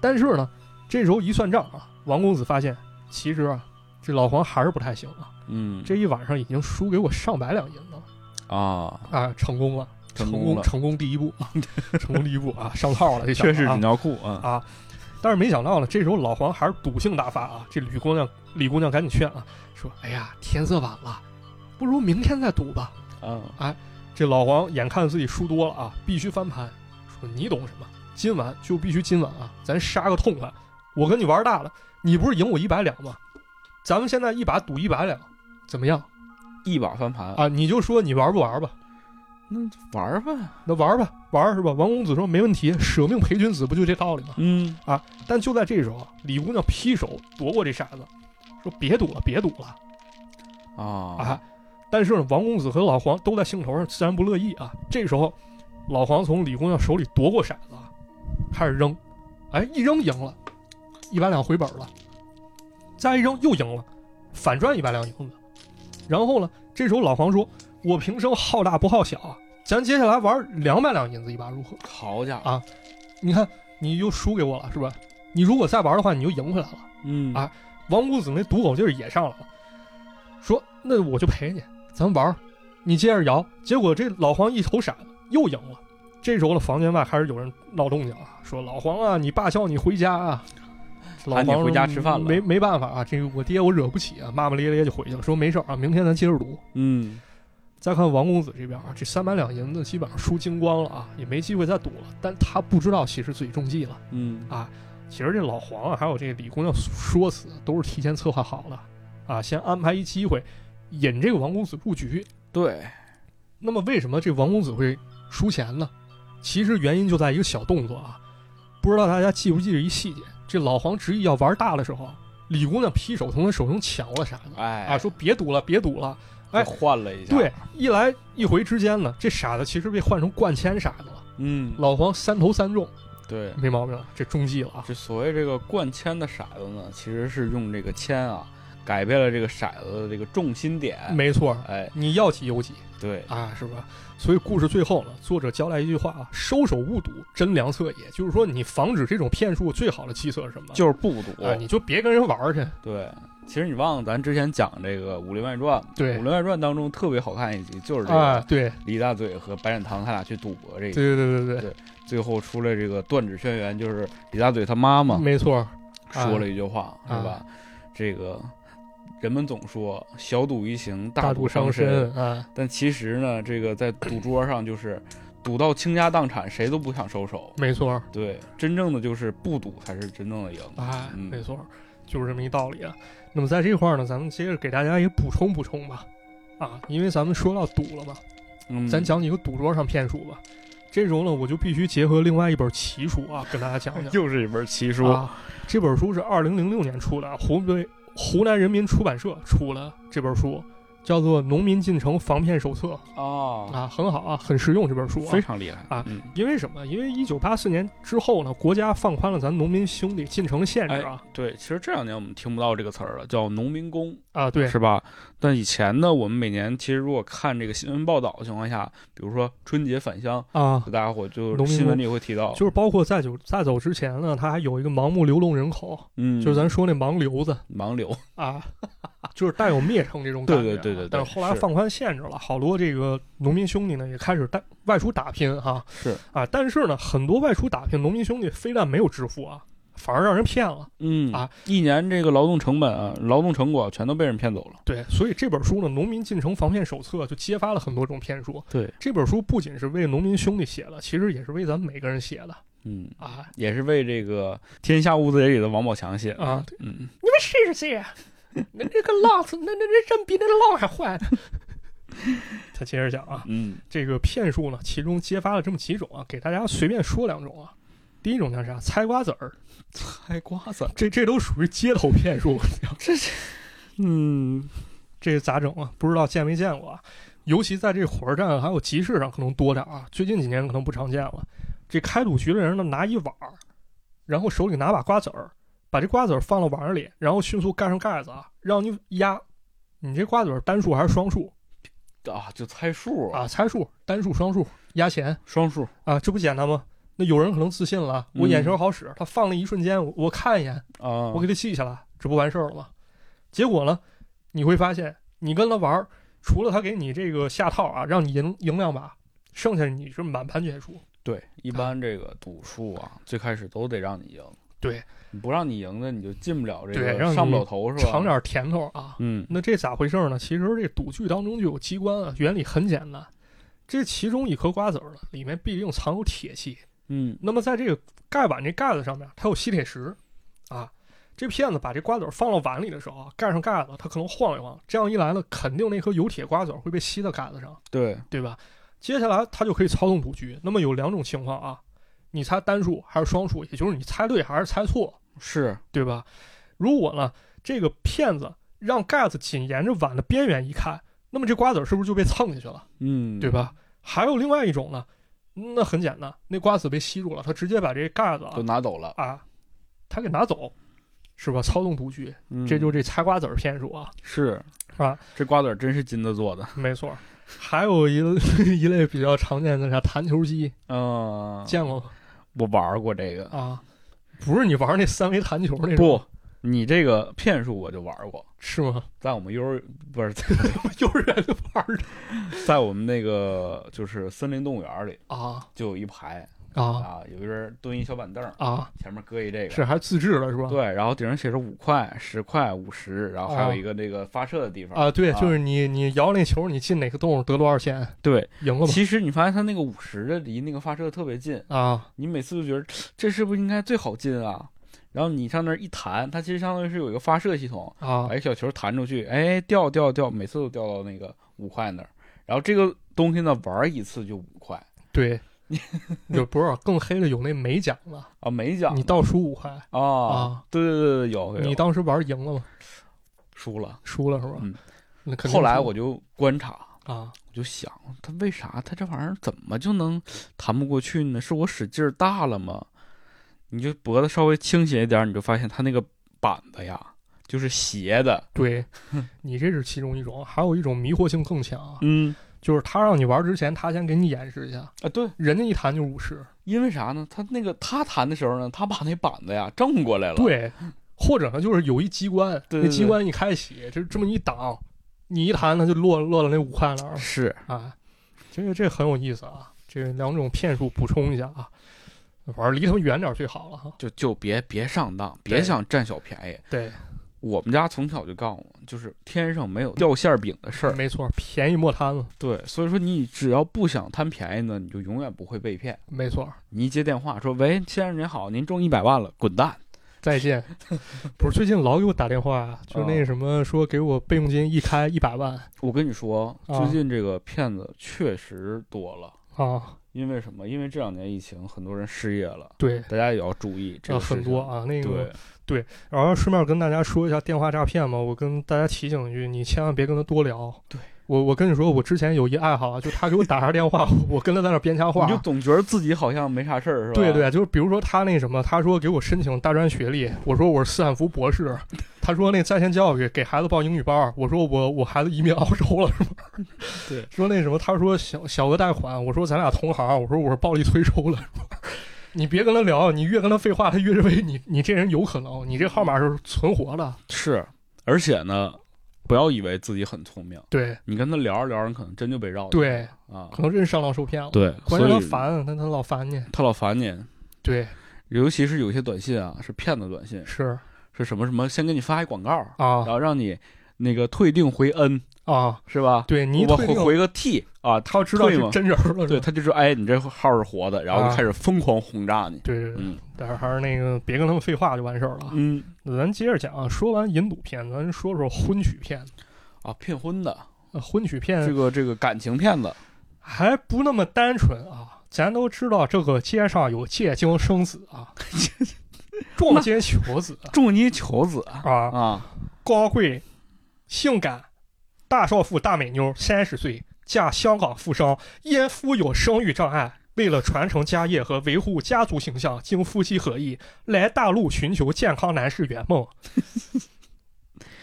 S2: 但是呢，这时候一算账啊，王公子发现其实啊，这老黄还是不太行啊，
S1: 嗯，
S2: 这一晚上已经输给我上百两银子了
S1: 啊，
S2: 啊，成功了，
S1: 成
S2: 成
S1: 功了
S2: 成功第一步 啊，成功第一步啊，上套了，这小子
S1: 确
S2: 啊
S1: 实纸尿裤啊，
S2: 啊。但是没想到呢，这时候老黄还是赌性大发啊！这吕姑娘，李姑娘赶紧劝啊，说：“哎呀，天色晚了，不如明天再赌吧。
S1: 啊，”
S2: 这老黄眼看自己输多了啊，必须翻盘，说：“你懂什么？今晚就必须今晚啊，咱杀个痛快！我跟你玩大了，你不是赢我一百两吗？咱们现在一把赌一百两，怎么样
S1: 一把翻盘，
S2: 啊？你就说你玩不玩吧？
S1: 那玩儿吧，
S2: 那玩吧，玩是吧？”王公子说：“没问题，舍命陪君子，不就这道理吗？”
S1: 嗯，
S2: 但就在这时候啊，李姑娘劈手夺过这骰子，说：“别赌了，别赌了
S1: 啊
S2: 啊！”但是呢，王公子和老黄都在兴头上，自然不乐意啊。这时候，老黄从李姑娘手里夺过骰子啊，开始扔，哎，一扔赢了，一百两回本了，再一扔又赢了，反赚一百两银子。然后呢，这时候老黄说：“我平生好大不好小啊，咱接下来玩两百两银子一把如何？
S1: 好家伙，
S2: 啊你看，你又输给我了，是吧？你如果再玩的话，你就赢回来了。”
S1: 嗯
S2: 啊王公子那赌狗劲儿也上来了，说：“那我就陪你，咱玩儿，你接着摇。”结果这老黄一头闪，又赢了。这时候呢，房间外开始有人闹动静啊，说：“老黄啊，你爸叫你回家啊。”老
S1: 喊
S2: 黄
S1: 你
S2: 说
S1: 回家吃饭了
S2: 没没办法啊，这个我爹我惹不起啊，骂骂咧咧就回去了，说没事儿啊，明天咱接着赌。
S1: 嗯，
S2: 再看王公子这边啊，这三百两银子基本上输精光了啊，也没机会再赌了。但他不知道其实自己中计了。
S1: 嗯，
S2: 啊其实这老黄啊，还有这李姑娘说辞都是提前策划好的啊，先安排一机会引这个王公子入局。
S1: 对，
S2: 那么为什么这王公子会输钱呢？其实原因就在一个小动作啊，不知道大家记不记得一细节？这老黄执意要玩大的时候，李姑娘劈手从他手中抢过了骰子
S1: 哎
S2: 啊，说别赌了，别赌了。哎
S1: 就换了一下，
S2: 对，，一来一回之间呢，这骰子其实被换成灌铅骰子了。
S1: 嗯，
S2: 老黄三投三中，
S1: 对，
S2: 没毛病了，这中计了啊。
S1: 这所谓这个灌铅的骰子呢，其实是用这个铅啊，改变了这个骰子的这个重心点，
S2: 没错儿，
S1: 哎，
S2: 你要几有几。
S1: 对，
S2: 啊，是吧？所以故事最后呢，作者交代一句话啊：收手勿赌，真良策也。就是说，你防止这种骗术最好的计策是什么？
S1: 就是不赌，
S2: 啊，你就别跟人玩儿去。
S1: 对。其实你忘了咱之前讲这个《武林外传》，《
S2: 对
S1: 武林外传》当中特别好看一集，就是这个
S2: 啊，对
S1: 李大嘴和白展堂他俩去赌博这一集，
S2: 对对对对
S1: 对最后出来这个断指轩辕，就是李大嘴他妈妈
S2: 对，没错儿。啊
S1: 说了一句话，是吧？这个人们总说小赌怡情，
S2: 大
S1: 赌
S2: 赌伤
S1: 身，
S2: 身啊，
S1: 但其实呢，这个在赌桌上就是赌到倾家荡产，谁都不想收手。
S2: 没错儿
S1: 对，真正的就是不赌才是真正的赢。
S2: 啊，
S1: 嗯
S2: 没错儿，就是这么一道理啊。那么在这块儿呢，咱们接着给大家也补充补充吧。啊，因为咱们说到赌了嘛，
S1: 嗯，
S2: 咱讲几个赌桌上骗术吧。这时候呢，我就必须结合另外一本奇书啊，跟大家讲 讲。
S1: 又是一本奇书，
S2: 啊，这本书是二零零六年出的，湖北湖南人民出版社出了这本书，叫做《农民进城防骗手册》
S1: 哦，
S2: 啊，很好啊，很实用这本书啊
S1: 非。常厉害
S2: 啊！
S1: 嗯
S2: 因为什么？因为一九八四年之后呢，国家放宽了咱农民兄弟进城限制啊、
S1: 对，其实这两年我们听不到这个词儿了，叫农民工。
S2: 啊，对
S1: 哎是吧？但以前呢，我们每年其实如果看这个新闻报道的情况下，比如说春节返乡，
S2: 啊，
S1: 大家伙就
S2: 农民
S1: 新闻
S2: 工
S1: 里会提到，
S2: 就是包括在走在走之前呢，他还有一个盲目流动人口，
S1: 嗯，
S2: 就是咱说那盲流子
S1: 盲流，
S2: 啊， 就是带有灭城这种感觉
S1: 对对
S2: 啊、
S1: 对对对
S2: 但是后
S1: 是
S2: 来放宽限制了，好多这个农民兄弟呢也开始带外出打拼哈、
S1: 是，
S2: 啊，但是呢，很多外出打拼农民兄弟非但没有致富啊，反而让人骗了。
S1: 嗯
S2: 啊，
S1: 一年这个劳动成本啊，劳动成果全都被人骗走了，
S2: 对，所以这本书呢，《农民进城防骗手册》就揭发了很多种骗术。
S1: 对，
S2: 这本书不仅是为农民兄弟写的，其实也是为咱们每个人写的
S1: 嗯，
S2: 啊
S1: 也是为这个《天下无贼》里的王宝强写的。
S2: 啊！
S1: 嗯，
S2: 你们试试，那这个浪子，那那那真比那个浪还坏。 他接着讲啊，
S1: 嗯
S2: 这个骗术呢，其中揭发了这么几种啊，给大家随便说两种啊。第一种叫啥？猜瓜子 儿，
S1: 猜瓜子，
S2: 这这都属于街头骗术，
S1: 这是，嗯
S2: 这咋整啊？不知道见没见过啊？尤其在这火车站还有集市上可能多点啊，最近几年可能不常见了。这开赌局的人呢，拿一碗儿，然后手里拿把瓜子儿，把这瓜子儿放到碗儿里，然后迅速盖上盖子啊，让你压，你这瓜子儿单数还是双数
S1: 啊，就猜数，
S2: 啊？猜数，单数、双数，压钱。
S1: 双数，
S2: 啊，这不简单吗？那有人可能自信了，我眼神
S1: 嗯
S2: 好使，他放了一瞬间，我我看一眼，
S1: 啊，
S2: 我给他记下来，这不完事儿了吗？结果呢，你会发现，你跟他玩儿，除了他给你这个下套啊，让你赢赢两把，剩下你是满盘全输。
S1: 对，一般这个赌术啊，最开始都得让你赢，
S2: 对，
S1: 你不让你赢的，你就进不了这
S2: 对让
S1: 个，
S2: 你
S1: 上不了头是吧？
S2: 尝点，儿甜头啊。
S1: 嗯
S2: 那这咋回事儿呢？其实这赌具当中就有机关啊，原理很简单。这其中一颗瓜子儿呢，里面必定藏有铁器，
S1: 嗯
S2: 那么在这个盖碗这盖子上面，它有吸铁石，啊，这骗子把这瓜子儿放到碗里的时候啊，盖上盖子，它可能晃一晃，这样一来呢，肯定那颗有铁瓜子儿会被吸到盖子上，
S1: 对，
S2: 对吧？接下来他就可以操纵赌局。那么有两种情况啊，你猜单数还是双数，也就是你猜对还是猜错，
S1: 是，
S2: 对吧？如果呢，这个骗子让盖子紧沿着碗的边缘一看，那么这瓜子儿是不是就被蹭下去了？
S1: 嗯，
S2: 对？吧？还有另外一种呢，那很简单，那瓜子被吸住了，他直接把这盖子啊
S1: 就拿走了，
S2: 啊，他给拿走，是吧？操纵赌局，
S1: 嗯
S2: 这就是这猜瓜子儿骗术啊，
S1: 是
S2: 是吧？
S1: 这瓜子儿真是金子做的，
S2: 没 错儿。还有一一类 比较常见的啥弹球机，
S1: 嗯，
S2: 见过吗？
S1: 我玩儿过这个，
S2: 啊，不是你玩那三维弹球那种，
S1: 不，你这个骗术我就玩儿过，
S2: 是吗？
S1: 在我们幼儿不是在
S2: 有人玩的
S1: 在我们那个就是森林动物园儿里
S2: 啊
S1: 就有一排
S2: 啊
S1: 啊，有一人蹲一小板凳儿，
S2: 啊！
S1: 前面搁一这个，
S2: 是还自制了是吧？
S1: 对，然后顶上写着五块、十块、五十，然后还有一个那个发射的地方。
S2: 哦啊，对，
S1: 啊
S2: 就是你你摇那球，你进哪个洞得多少钱，
S1: 对，
S2: 赢了吗？
S1: 其实你发现它那个五十的离那个发射特别近，
S2: 啊
S1: 你每次就觉得这是不是应该最好进啊？然后你上那儿一弹，它其实相当于是有一个发射系统，
S2: 啊
S1: 把一小球弹出去，哎，掉掉掉，每次都掉到那个五块那儿。然后这个东西呢，玩一次就五块
S2: 对，有不是更黑的有那美奖了，
S1: 啊，没奖
S2: 你倒数五块，
S1: 啊，
S2: 啊
S1: 对对对对，有有
S2: 你当时玩赢了吗？
S1: 输了。
S2: 输了是吧？
S1: 嗯
S2: 那肯定
S1: 后来
S2: 输
S1: 我就观察，
S2: 啊
S1: 我就想，他为啥他这玩意儿怎么就能弹不过去呢？是我使劲儿大了吗？你就脖子稍微倾斜一点儿，你就发现他那个板子呀，就是斜的。
S2: 对，你这是其中一种，还有一种迷惑性更强啊，
S1: 嗯
S2: 就是他让你玩之前，他先给你演示一下，
S1: 啊，对，
S2: 人家一弹就五十，
S1: 因为啥呢？他那个他弹的时候呢，他把那板子呀正过来了。，
S2: 对，或者呢就是有一机关，
S1: 对对
S2: 那
S1: 对
S2: 机关一开启，这这么一挡，你一弹它就落落到那五块那儿
S1: 是
S2: 啊，这个这很有意思啊，这两种骗术补充一下啊，玩儿离他们远点儿最好了哈，
S1: 就就别别上当，
S2: 对
S1: 别想占小便宜。
S2: 对，
S1: 我们家从小就告诉我，就是天上没有掉馅儿饼的事儿。
S2: 没错，便宜莫贪了，
S1: 对，所以说你只要不想贪便宜呢，你就永远不会被骗。
S2: 没错，
S1: 你一接电话说：“喂，先生您好，您中一百万了，滚蛋
S2: 再 见。不是最近老给我打电话，就
S1: 啊
S2: 那什么说给我备用金一开一百万！”
S1: 我跟你说，
S2: 啊
S1: 最近这个骗子确实多了，
S2: 啊，
S1: 因为什么？因为这两年疫情，很多人失业了，
S2: 对，
S1: 大家也要注意这
S2: 啊
S1: 个事情、
S2: 很多啊，那个
S1: 对，
S2: 然后顺便跟大家说一下电话诈骗嘛，我跟大家提醒一句，你千万别跟他多聊。
S1: 对，
S2: 我我跟你说，我之前有一爱好啊，就他给我打上电话， 我跟他在那儿编瞎话
S1: 你。就总觉得自己好像没啥事儿，是吧？
S2: 对对，就是比如说他那什么，他说给我申请大专学历，我说我是斯坦福博士，他说那在线教育给孩子报英语班儿，我说我我孩子移民澳洲了，是吗？
S1: 对，
S2: 说那什么，他说小小额贷款，我说咱俩同行，我说我是暴力催收了，是吧？ 你别跟他聊，你越跟他废话，他越认为你你这人有可能，你这号码是存活的，
S1: 是。而且呢，不要以为自己很聪明，
S2: 对
S1: 你跟他聊着聊着，你可能真就被绕进去
S2: 对，
S1: 啊，
S2: 可能真是上当受骗了。
S1: 对，
S2: 关键他
S1: 所以
S2: 烦，他他老烦你，
S1: 他老烦你，
S2: 对，
S1: 尤其是有些短信啊，是骗子短信，
S2: 是
S1: 是什么什么，先给你发一广告，
S2: 啊
S1: 然后让你那个退定回 n
S2: 啊，
S1: 是吧？
S2: 对你
S1: 我
S2: 退
S1: 回
S2: 定，
S1: 回个 t 啊，
S2: 他要知道
S1: 退
S2: 是
S1: 嘛
S2: 真人儿了，
S1: 对，
S2: 是吧
S1: 他就说哎，你这号是活的，然后
S2: 啊
S1: 就开始疯狂轰炸你。
S2: 对对对，
S1: 嗯
S2: 但是还是那个别跟他们废话就完事儿了啊。
S1: 嗯
S2: 那咱接着讲啊，说完银赌片，咱说说婚娶片。
S1: 啊，骗婚的
S2: 呃，婚娶
S1: 这
S2: 片
S1: 个这个感情骗子，
S2: 还不那么单纯啊，咱都知道这个街上有借精生子 啊，撞街求子
S1: 重金求子 啊
S2: 啊，
S1: 啊
S2: 高贵、性感、大少妇、大美妞，三十岁，嫁香港富商，因夫有生育障碍，为了传承家业和维护家族形象，经夫妻合意来大陆寻求健康男士圆 梦，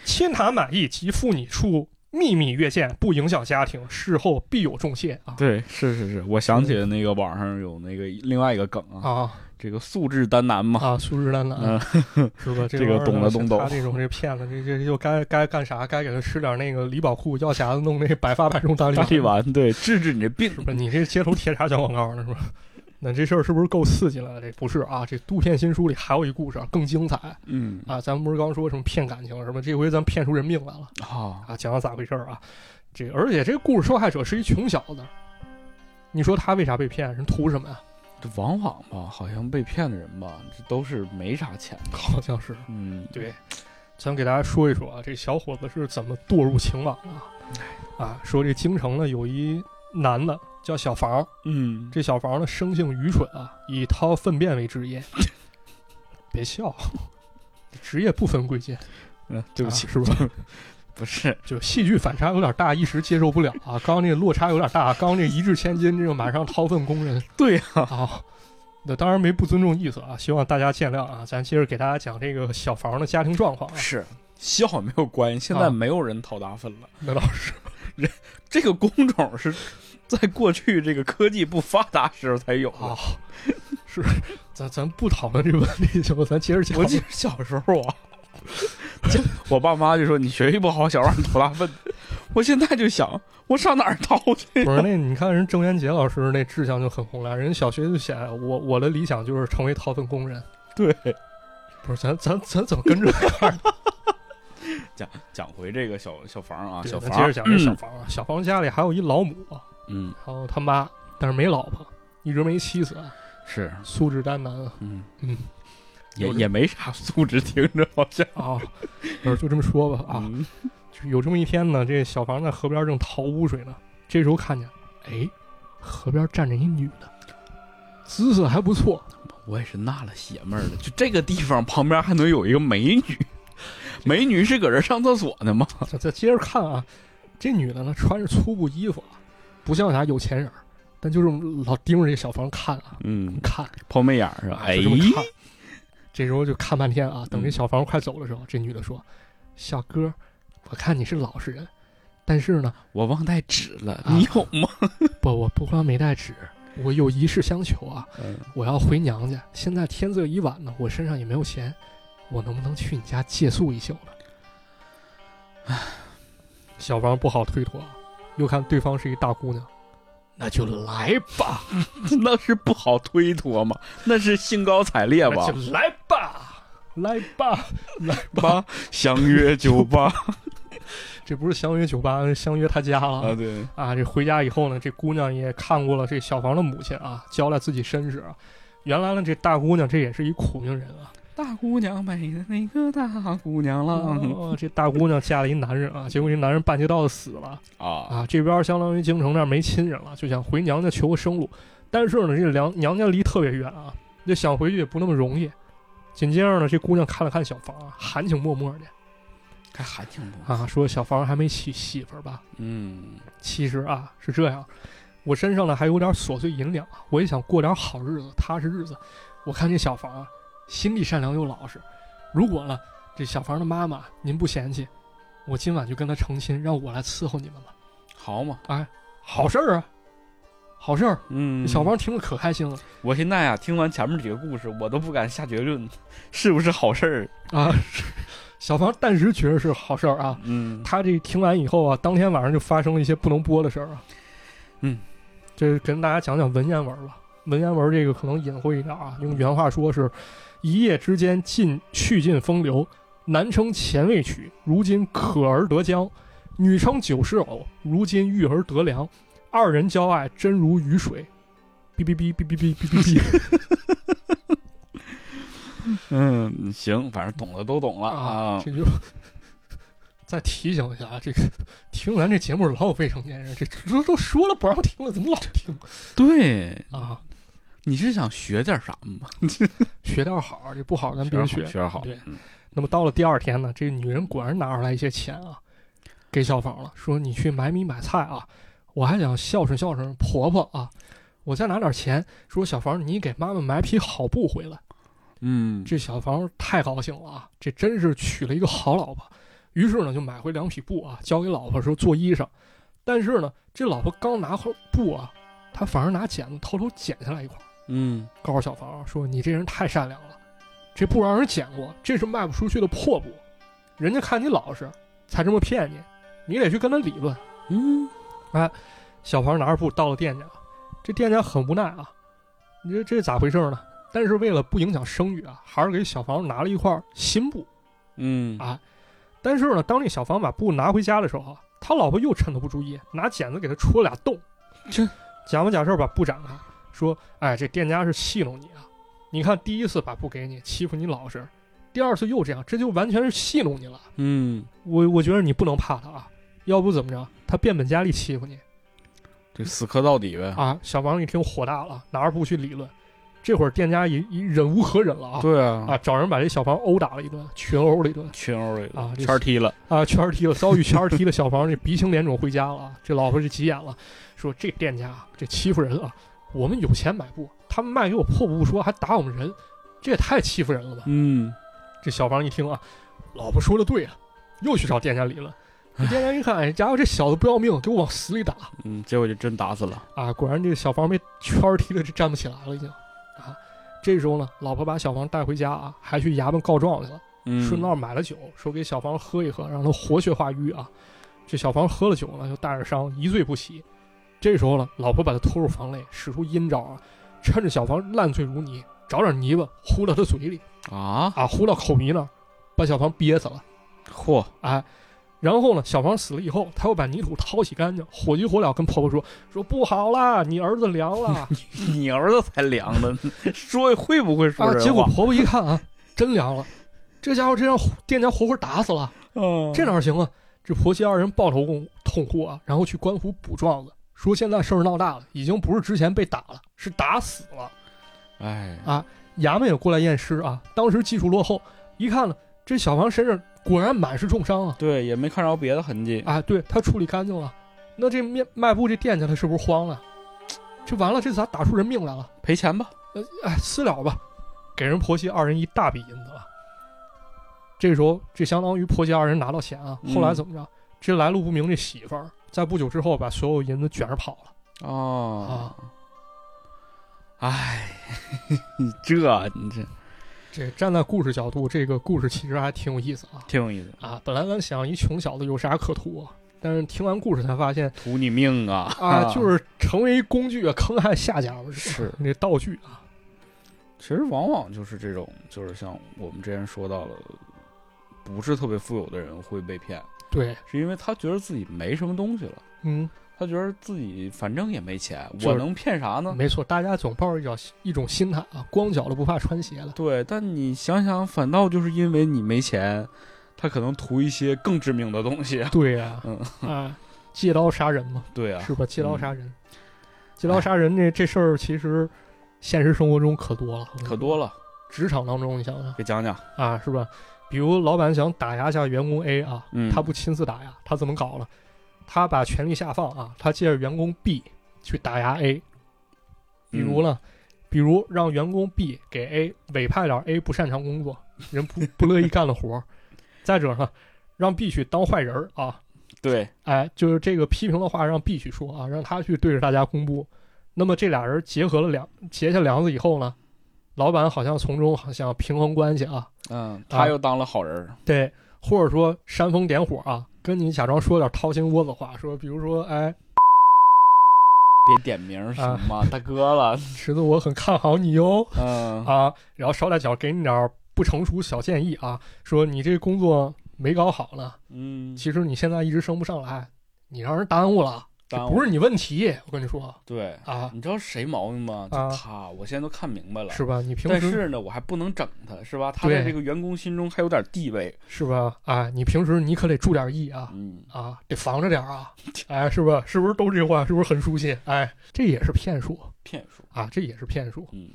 S2: 亲谈满意及妇女处秘密约见，不影响家庭，事后必有重谢啊
S1: 对，是是是，我想起那个网上有那个另外一个梗啊，
S2: 啊
S1: 这个素质单男嘛，
S2: 啊！苏日丹的
S1: 嗯
S2: 啊， 是吧？
S1: 这个
S2: 玩意儿
S1: 懂得懂懂
S2: 他这种这骗子，这这就该该干啥？该给他吃点那个李宝库药匣子，弄那白发白 中大力
S1: 大
S2: 丸
S1: 力丸，对，治治你这病
S2: 是不是？你这街头贴啥小广告呢？是吧？那这事儿是不是够刺激了？这不是啊，这《杜片新书》里还有一故事啊更精彩
S1: 嗯
S2: 啊！咱们不是刚说什么骗感情什么，这回咱骗出人命来了
S1: 啊，
S2: 啊！讲讲咋回事儿啊？这而且这故事受害者是一穷小子，你说他为啥被骗？人图什么呀？
S1: 这往往吧，好像被骗的人吧，这都是没啥钱的，
S2: 好像是
S1: 嗯，
S2: 对咱给大家说一说啊，这小伙子是怎么堕入情网的啊？说这京城呢有一男的叫小房，
S1: 嗯，
S2: 这小房呢，生性愚蠢啊，以掏粪便为职业。 别笑，职业不分贵贱，
S1: 嗯，对不起
S2: 啊，是吧？
S1: 不是，
S2: 就戏剧反差有点大，一时接受不了啊。刚刚那个落差有点大，刚刚这一掷千金，这个马上掏粪工人
S1: 对呀，
S2: 啊。那当然没不尊重意思啊，希望大家见谅啊。咱接着给大家讲这个小房的家庭状况啊。
S1: 是笑也没有关系，现在
S2: 啊
S1: 没有人掏大粪了，
S2: 那老师，
S1: 这个工种是在过去这个科技不发达时候才有
S2: 啊
S1: 的。，
S2: 是，咱咱不讨论这个问题行吗？咱接着讲
S1: 我。记得小时候啊， 就我爸妈就说你学习不好，小时候你掏大粪。 我现在就想，我上哪儿掏去？
S2: 不是那你看人郑渊洁老师那志向就很宏大，人小学就写我我的理想就是成为掏粪工人。
S1: 对，
S2: 不是咱咱咱怎么跟着看儿？
S1: 讲回这个小小房啊，
S2: 对
S1: 小
S2: 咱
S1: 房，
S2: 接着讲这小房啊，小房家里还有一老母，
S1: 嗯，
S2: 还有他妈，但是没老婆，一直没妻子，
S1: 是，
S2: 素质单男啊
S1: 嗯
S2: 嗯，
S1: 也
S2: 有这
S1: 也没啥素质，听着好像
S2: 啊， 不是就这么说吧啊，，
S1: 嗯
S2: 就有这么一天呢，这小房在河边正淘污水呢，这时候看见，哎，河边站着一女的，姿色还不错，
S1: 我也是纳了邪闷儿了，就这个地方旁边还能有一个美女， 美女是搁这上厕所呢吗？
S2: 再再接着看啊，这女的呢穿着粗布衣服啊，不像啥有钱人儿，但就是老盯着这小房看啊
S1: 嗯，
S2: 看，
S1: 抛媚眼儿是吧？
S2: 啊
S1: 哎
S2: 就，这么看。这时候就看半天啊，等这小房快走的时候，这女的说：“小哥，我看你是老实人，但是呢，
S1: 我忘带纸了，
S2: 啊
S1: 你有吗？
S2: 不，我不光没带纸，我有一事相求啊，
S1: 嗯
S2: 我要回娘家，现在天色已晚了，我身上也没有钱，我能不能去你家借宿一宿呢？”小王不好推脱啊，又看对方是一大姑娘，那就来吧，
S1: 那是不好推脱吗？那是兴高采烈
S2: 那
S1: 吧
S2: 就？来吧，来吧，来吧，
S1: 吧，相约酒吧
S2: 这不是相约酒吧，是相约他家了
S1: 啊，对，
S2: 啊，这回家以后呢，这姑娘也看过了这小房的母亲啊，交代自己身世啊。原来呢，这大姑娘这也是一苦命人啊。
S1: 大姑娘美的那个大姑娘了
S2: 哦，这大姑娘嫁了一男人啊，结果这男人半截道死了
S1: 啊，
S2: 啊。这边相当于京城那儿没亲人了，就想回娘家求个生路。但是呢，这娘娘家离特别远啊，就想回去也不那么容易。紧接着呢，这姑娘看了看小房啊，含情脉脉的
S1: 还还挺不
S2: 啊，说小房还没娶媳妇儿吧？
S1: 嗯，
S2: 其实啊是这样，我身上呢还有点琐碎银两，我也想过点好日子、踏实日子。我看这小房啊，心地善良又老实。如果呢，这小房的妈妈您不嫌弃，我今晚就跟她成亲，让我来伺候你们吧。
S1: 好嘛，
S2: 好事儿啊，好事儿！
S1: 嗯，
S2: 小房听着可开心了
S1: 我现在啊，听完前面几个故事，我都不敢下结论，是不是好事儿？
S2: 啊。 是小房暂时觉得是好事儿啊。
S1: 嗯，
S2: 他这听完以后啊，当天晚上就发生了一些不能播的事儿啊。
S1: 嗯，
S2: 这跟大家讲讲文言文吧。文言文这个可能隐晦一点啊，用原话说是：一夜之间尽去尽风流，男称前卫曲，如今可而得将；女称九世偶，如今遇而得良。二人交爱，真如雨水。哔哔哔哔哔哔哔哔哔。
S1: 嗯，行，反正懂的都懂了
S2: 啊，
S1: 啊。
S2: 这就再提醒一下，啊，这个听咱这节目老有未成年人，这这都说了不让听了，怎么老听
S1: 对，
S2: 啊？
S1: 你是想学点啥吗？
S2: 学点好，这不好咱别
S1: 学
S2: 学。
S1: 点好，
S2: 对
S1: 嗯
S2: 那么到了第二天呢，这女人果然拿出来一些钱啊，给小芳了，说你去买米买菜啊，我还想孝顺孝顺婆婆啊，我再拿点钱，说小芳你给妈妈买匹好布回来。
S1: 嗯，
S2: 这小芳太高兴了啊，这真是娶了一个好老婆。于是呢，就买回两匹布啊，交给老婆说做衣裳。但是呢，这老婆刚拿回布啊，她反而拿剪子偷偷剪下来一块儿，
S1: 嗯，
S2: 告诉小芳啊说：“你这人太善良了，这布让人捡过，这是卖不出去的破布，人家看你老实，才这么骗你，你得去跟他理论。
S1: 嗯，”
S2: 小芳拿着布到了店家，啊这店家很无奈啊，你这这咋回事呢？但是为了不影响声誉啊，还是给小芳拿了一块新布。
S1: 嗯，
S2: 啊但是呢，当这小芳把布拿回家的时候啊，他老婆又趁他不注意，拿剪子给他戳了俩洞，
S1: 这
S2: 假模假式把布展开，说：“哎，这店家是戏弄你啊！你看第一次把布给你，欺负你老实，第二次又这样，这就完全是戏弄你了。
S1: 嗯，
S2: 我我觉得你不能怕他啊，要不怎么着，他变本加厉欺负你
S1: 这死磕到底呗。
S2: 啊！”小王一听火大了，拿着布去理论，这会儿店家也也忍无可忍了啊！
S1: 对啊，
S2: 啊，找人把这小房殴打了一顿，群殴了一顿，
S1: 群殴里
S2: 啊这
S1: 圈踢了，
S2: 啊，圈儿踢了，遭遇圈儿踢的小房这鼻青脸肿回家了啊。这老婆就急眼了，说这店家啊，这欺负人啊！我们有钱买布，他们卖给我破布不说，还打我们人，这也太欺负人了吧！
S1: 嗯，
S2: 这小房一听啊，老婆说的对啊，又去找店家理论。这店家一看，哎，家伙这小子不要命，给我往死里打
S1: 嗯，结果就真打死了。
S2: 啊！果然这小房被圈儿踢的这站不起来了，已经啊。这时候呢，老婆把小房带回家啊，还去衙门告状去了。
S1: 嗯，
S2: 顺道买了酒，说给小芳喝一喝，让她活血化瘀啊。这小芳喝了酒呢，就带着伤一醉不起。这时候呢，老婆把她拖入房内，使出阴招啊，趁着小芳烂醉如泥，找点泥巴糊到她嘴里
S1: 啊，
S2: 啊，糊到口鼻那儿，把小芳憋死了。
S1: 嚯，
S2: 哎，然后呢，小芳死了以后，她又把泥土掏洗干净，火急火燎跟婆婆说：“说不好啦，你儿子凉了。
S1: 你儿子才凉的， 说会不会” 说
S2: 啊，
S1: 人
S2: 结果
S1: 话？
S2: 婆婆一看啊，真凉了，这家伙这让店家活活打死了。
S1: 嗯
S2: 这哪行啊？这婆媳二人抱头痛痛哭啊，然后去官府补状子，说现在事儿闹大了，已经不是之前被打了，是打死了。
S1: 哎，
S2: 衙门也过来验尸啊，当时技术落后，一看呢，这小王身上果然满是重伤啊！
S1: 对，也没看着别的痕迹。
S2: 啊，对他处理干净了，那这面卖布这店家他是不是慌了？这完了，这咋打出人命来了？
S1: 赔钱吧，
S2: 呃，哎，私了吧，给人婆媳二人一大笔银子啊。这时候，这相当于婆媳二人拿到钱啊。后来
S1: 嗯
S2: 怎么着？这来路不明这媳妇儿，在不久之后把所有银子卷着跑了
S1: 哦
S2: 啊，。
S1: 哎，你 这你这
S2: 这站在故事角度，这个故事其实还挺有意思啊
S1: 挺有意思，
S2: 啊！本来咱想一穷小子有啥可图啊，但是听完故事才发现
S1: 图你命啊！
S2: 啊， 就是成为一工具啊，坑害下家伙
S1: 是
S2: 那道具啊。
S1: 其实往往就是这种，就是像我们之前说到的，不是特别富有的人会被骗，
S2: 对，
S1: 是因为他觉得自己没什么东西了，
S2: 嗯，
S1: 他觉得自己反正也没钱，
S2: 就是
S1: 我能骗啥呢？
S2: 没错，大家总抱着一种一种心态啊，光脚的不怕穿鞋的。
S1: 对，但你想想，反倒就是因为你没钱，他可能图一些更致命的东西。
S2: 对呀、
S1: 嗯
S2: 啊，借刀杀人嘛，
S1: 对啊，
S2: 是吧？借刀杀人，借
S1: 哎
S2: 刀杀人这这事儿其实现实生活中可多了，
S1: 可多。了，
S2: 职场当中，你想想
S1: 给讲讲。
S2: 啊，是吧？比如老板想打压下员工 A 啊，
S1: 嗯，
S2: 他不亲自打压，他怎么搞了？他把权力下放啊，他借着员工 B 去打压 A。比
S1: 嗯
S2: 如呢，比如让员工 B 给 A 委派点 A 不擅长工作，人不不乐意干的活儿。再者呢，让 B 去当坏人儿啊，
S1: 对，
S2: 哎，就是这个批评的话让 B 去说啊，让他去对着大家公布。那么这俩人结合了梁结下梁子以后呢，老板好像从中好像平衡关系啊，
S1: 嗯，他又当了好人儿。
S2: 对，或者说煽风点火啊，跟你假装说点掏心窝子话，说比如说，哎，
S1: 别点名儿行
S2: 啊
S1: 吗？大哥了，
S2: 池子我很看好你哟
S1: 嗯
S2: 啊啊，然后捎带脚给你点儿不成熟小建议啊，说你这工作没搞好呢，
S1: 嗯，
S2: 其实你现在一直升不上来，你让人耽误了，
S1: 耽误嗯
S2: 这不是你问题，我跟你说
S1: 对，
S2: 啊，
S1: 你知道谁毛病吗？就
S2: 啊
S1: 他，我现在都看明白了。
S2: 是吧？你平
S1: 但
S2: 时
S1: 是呢，我还不能整他，是吧？他在
S2: 对
S1: 这个员工心中还有点地位。
S2: 是吧？啊，你平时你可得注点意啊，
S1: 嗯，
S2: 啊，得防着点儿 啊，哎，是吧？是不是都这话？是不是很熟悉？哎，这也是骗术
S1: 骗术。
S2: 啊，这也是骗术。
S1: 嗯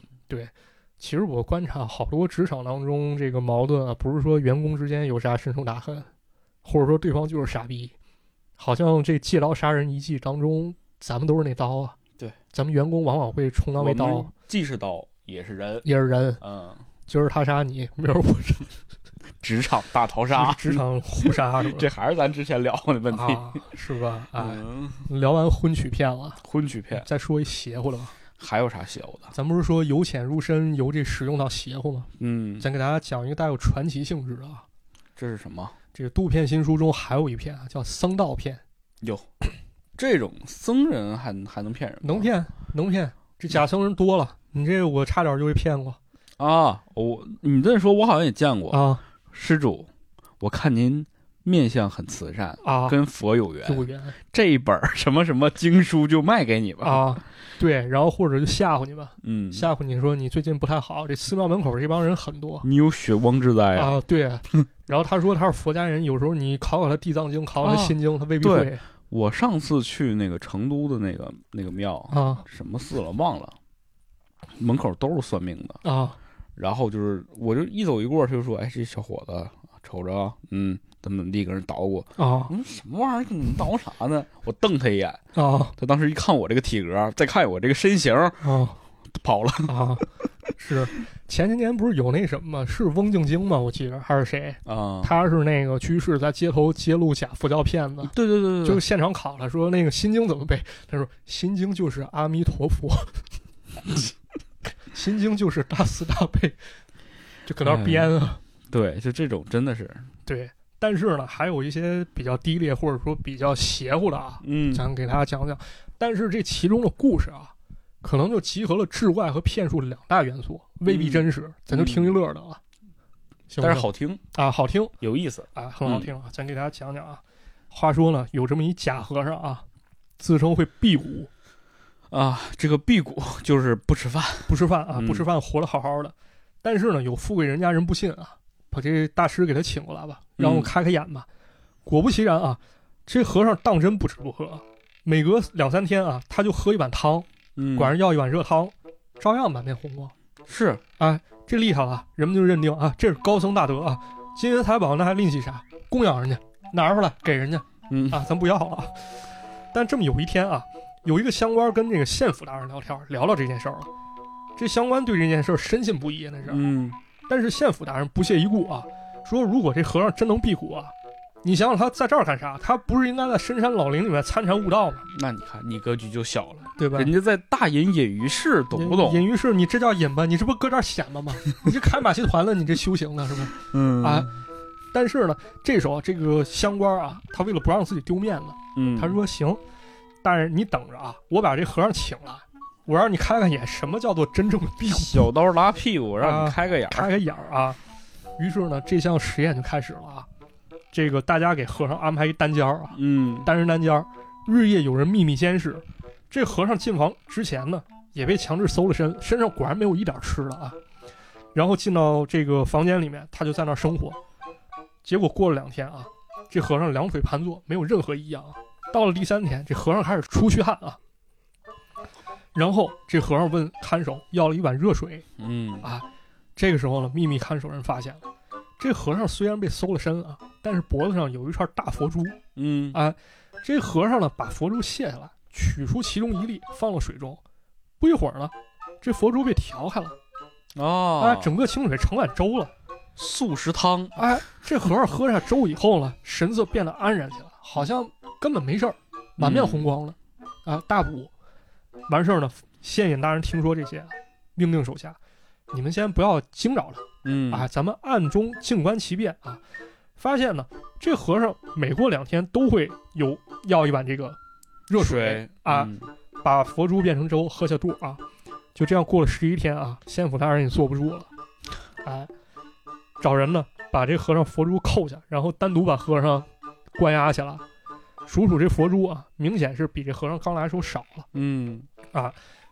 S2: 其实我观察好多职场当中这个矛盾啊，不是说员工之间有啥深仇大恨，或者说对方就是傻逼，好像这借刀杀人一计当中，咱们都是那刀啊。
S1: 对，
S2: 咱们员工往往会充当为
S1: 我
S2: 刀
S1: 们，既是刀也是人。
S2: 也是人，
S1: 嗯，
S2: 今儿他杀你，明儿我杀
S1: 职场大逃
S2: 你，
S1: 杀，
S2: 职场互杀是吧？
S1: 这还是咱之前聊过的问题。
S2: 啊，是吧？哎，
S1: 嗯，
S2: 聊完婚娶骗了，
S1: 婚娶骗
S2: 再说一邪乎的吧。
S1: 还有啥邪乎的？
S2: 咱不是说由浅入深，由这使用到邪乎吗？
S1: 嗯，
S2: 咱给大家讲一个带有传奇性质的啊。
S1: 这是什么？
S2: 这个杜片新书中还有一篇啊，叫僧道片，
S1: 哟，这种僧人还还能骗人吗？
S2: 能骗能骗，这假僧人多了，你这我差点就被骗过
S1: 啊！我你这么说，我好像也见过。
S2: 啊
S1: 施主，我看您面相很慈善，
S2: 啊！
S1: 跟哎佛有缘，
S2: 救援
S1: 这一本儿什么什么经书就卖给你吧。
S2: 啊，对，然后或者就吓唬你吧，
S1: 嗯，
S2: 吓唬你说你最近不太好，这寺庙门口这帮人很多
S1: 你有血光之灾啊！
S2: 啊，对。 然后他说他是佛家人，有时候你考考他地藏经，考考他
S1: 啊
S2: 心经，他未必
S1: 对
S2: 会
S1: 我上次去那个成都的那个那个庙，
S2: 啊
S1: 什么寺了忘了，门口都是算命的。
S2: 啊
S1: 然后就是我就一走一过，他就说：“哎，这小伙子瞅着啊，嗯，怎么怎么地，搁那捣鼓。我
S2: 啊
S1: 说什么玩意儿？你捣鼓啥呢？我瞪他一眼，
S2: 啊
S1: 他当时一看我这个体格，再看我这个身形，
S2: 啊！
S1: 跑了。
S2: 啊，是前些年不是有那什么吗？是翁静晶吗？我记着还是谁？
S1: 啊、
S2: 他是那个居士在街头揭露假佛教骗子，
S1: 对对对对，
S2: 就现场考了，说那个心经怎么背？他说心经就是阿弥 陀佛，心经就是大慈大悲，就搁那
S1: 哎
S2: 儿编啊。
S1: 对，就这种真的是，
S2: 对，但是呢，还有一些比较低劣或者说比较邪乎的啊，
S1: 嗯
S2: 咱给大家讲讲。但是这其中的故事啊，可能就集合了志怪和骗术两大元素，未必真实，咱就听一乐的啊。
S1: 嗯
S2: 行不
S1: 但是
S2: 行
S1: 好嗯听，
S2: 啊，好听
S1: 有意思。
S2: 啊，很好听啊，咱给大家讲讲啊。话说呢，有这么一假和尚啊，自称会辟谷，
S1: 啊，这个辟谷就是不吃饭。
S2: 不吃饭啊，
S1: 嗯
S2: 不吃饭活得好好的。但是呢，有富贵人家人不信啊，把这大师给他请过来吧，让我
S1: 嗯
S2: 开开眼吧。果不其然啊，这和尚当真不吃不喝，啊每隔两三天啊，他就喝一碗汤，
S1: 嗯
S2: 管人要一碗热汤，照样满面红光。
S1: 是
S2: 这厉害了，人们就认定啊，这是高僧大德啊，金银财宝那还吝惜啥？供养人家，拿出来给人家
S1: 嗯
S2: 啊，咱不要了啊。但这么有一天啊，有一个乡官跟这个县府大人聊天，聊到这件事儿了。这乡官对这件事儿深信不疑，那是。
S1: 嗯
S2: 但是县府大人不屑一顾啊，说如果这和尚真能辟谷啊，你想想他在这儿干啥？他不是应该在深山老林里面参禅悟道吗？
S1: 那你看你格局就小了，
S2: 对吧？
S1: 人家在大隐隐于市，懂不懂？
S2: 隐于市，你这叫隐吧？你这不搁这儿显 摆吗？你这开马戏团了，你这修行呢是吧？
S1: 嗯
S2: 啊，但是呢，这时候这个乡官啊，他为了不让自己丢面子，
S1: 嗯，
S2: 他说：“行，大人你等着啊，我把这和尚请来，我让你开开眼，什么叫做真正的 辟谷，
S1: 小刀拉屁股，让
S2: 啊
S1: 你开个眼儿。
S2: 开开眼儿啊。”于是呢，这项实验就开始了啊。这个大家给和尚安排一单间儿啊，
S1: 嗯，
S2: 单人单间儿，日夜有人秘密监视。这和尚进房之前呢，也被强制搜了身，身上果然没有一点吃的啊。然后进到这个房间里面，他就在那儿生活。结果过了两天啊，这和尚两腿盘坐，没有任何异样啊。到了第三天，这和尚开始出虚汗啊。然后这和尚问看守要了一碗热水，
S1: 嗯
S2: 啊这个时候呢，秘密看守人发现了，这和尚虽然被搜了身啊，但是脖子上有一串大佛珠，
S1: 嗯
S2: 啊这和尚呢，把佛珠卸下来，取出其中一粒，放到水中。不一会儿呢，这佛珠被调开了，啊，
S1: 啊，
S2: 整个清水盛碗粥了。
S1: 素食汤，
S2: 哎，这和尚喝下粥以后呢，神色变得安然起来，好像根本没事儿，满
S1: 嗯
S2: 面红光了，啊，大补。完事儿呢，县尹大人听说这些，啊命令手下，你们先不要惊扰他
S1: 嗯
S2: 啊，咱们暗中静观其变啊。发现呢，这和尚每过两天都会有要一碗这个热水
S1: 水
S2: 啊，把佛珠变成粥喝下肚啊。就这样过了十一天啊，县府大人也坐不住了，哎，找人呢把这和尚佛珠扣下，然后单独把和尚关押起来。数数这佛珠啊，明显是比这和尚刚来的时候少了。
S1: 嗯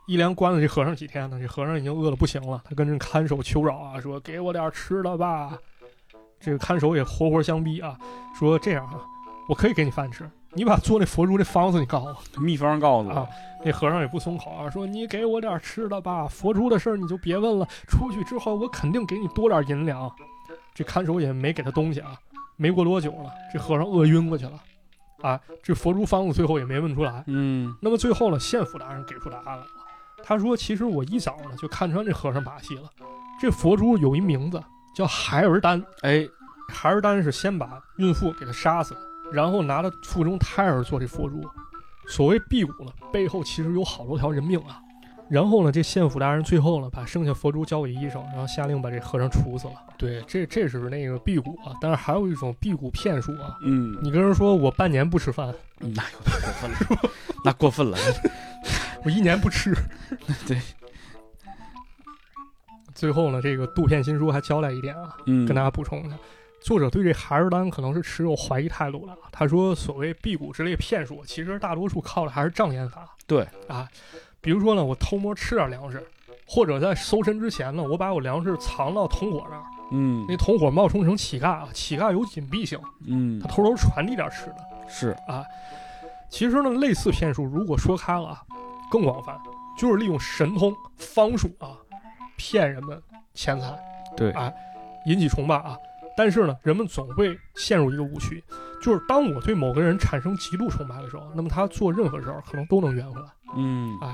S2: 一连关了这和尚几天呢，这和尚已经饿得不行了，他跟这看守求饶啊，说给我点吃的吧。这个看守也活活相逼啊，说这样啊，我可以给你饭吃，你把做那佛珠这方子你告诉我。
S1: 秘方告诉我，
S2: 啊那和尚也不松口啊，说你给我点吃的吧，佛珠的事儿你就别问了，出去之后我肯定给你多点银两。这看守也没给他东西啊，没过多久了，这和尚饿晕过去了，啊，这佛珠方子最后也没问出来。
S1: 嗯
S2: 那么最后呢，县府大人给出答案了，他说其实我一早呢就看穿这和尚把戏了，这佛珠有一名字叫孩儿丹，
S1: 哎
S2: 孩儿丹是先把孕妇给他杀死，然后拿了腹中胎儿做这佛珠。所谓辟谷呢，背后其实有好多条人命啊。然后呢，这县府大人最后呢，把剩下佛珠交给医生，然后下令把这和尚处死了。对，这这是那个辟谷啊，但是还有一种辟谷骗术啊。
S1: 嗯，
S2: 你跟人说我半年不吃饭，
S1: 那有点过分了，那过分了，。
S2: 我一年不 吃
S1: 对。
S2: 最后呢，这个杜片新书还交代一点啊，
S1: 嗯，
S2: 跟大家补充一下，作者对这海尔丹可能是持有怀疑态度的。他说，所谓辟谷之类骗术，其实大多数靠的还是障眼法。
S1: 对
S2: 啊，比如说呢，我偷摸吃点粮食，或者在搜身之前呢，我把我粮食藏到同伙那儿，
S1: 嗯
S2: 那同伙冒充成乞丐啊，乞丐有隐蔽性，
S1: 嗯
S2: 他偷偷传递点吃的。
S1: 是
S2: 其实呢，类似骗术，如果说开了啊，更广泛，就是利用神通方术啊，骗人们钱财。
S1: 对
S2: 啊，引起崇拜啊。但是呢，人们总会陷入一个误区，就是当我对某个人产生极度崇拜的时候，那么他做任何事儿可能都能圆回来。
S1: 嗯
S2: 哎，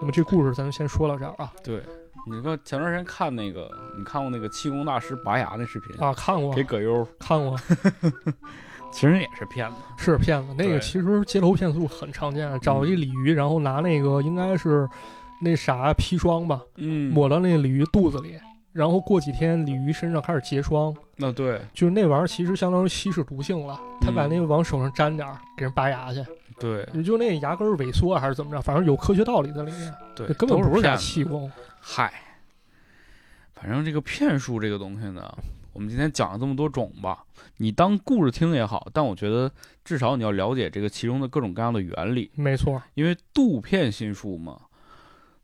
S2: 那么这故事咱们先说到这儿啊
S1: 对。你说前段时间看那个，你看过那个气功大师拔牙那视频？
S2: 啊，看过
S1: 给葛优，
S2: 看过，
S1: 其实也是骗子。
S2: 是骗子。那
S1: 对嗯
S2: 个其实街头骗术很常见，啊找一鲤鱼，然后拿那个应该是那啥砒霜吧，
S1: 嗯，
S2: 抹到那鲤鱼肚子里，然后过几天鲤鱼身上开始结霜，
S1: 那对
S2: 就是那玩意儿其实相当于稀释毒性了。他
S1: 嗯
S2: 把那个往手上沾点儿，给人拔牙去。
S1: 对
S2: 你就那牙根儿萎缩还是怎么着，反正有科学道理在里面，
S1: 对
S2: 这，根本
S1: 都
S2: 不是
S1: 骗
S2: 啥
S1: 子
S2: 气功。
S1: 嗨，反正这个骗术这个东西呢，我们今天讲了这么多种吧，你当故事听也好，但我觉得至少你要了解这个其中的各种各样的原理，
S2: 没错，
S1: 因为杜骗心术嘛，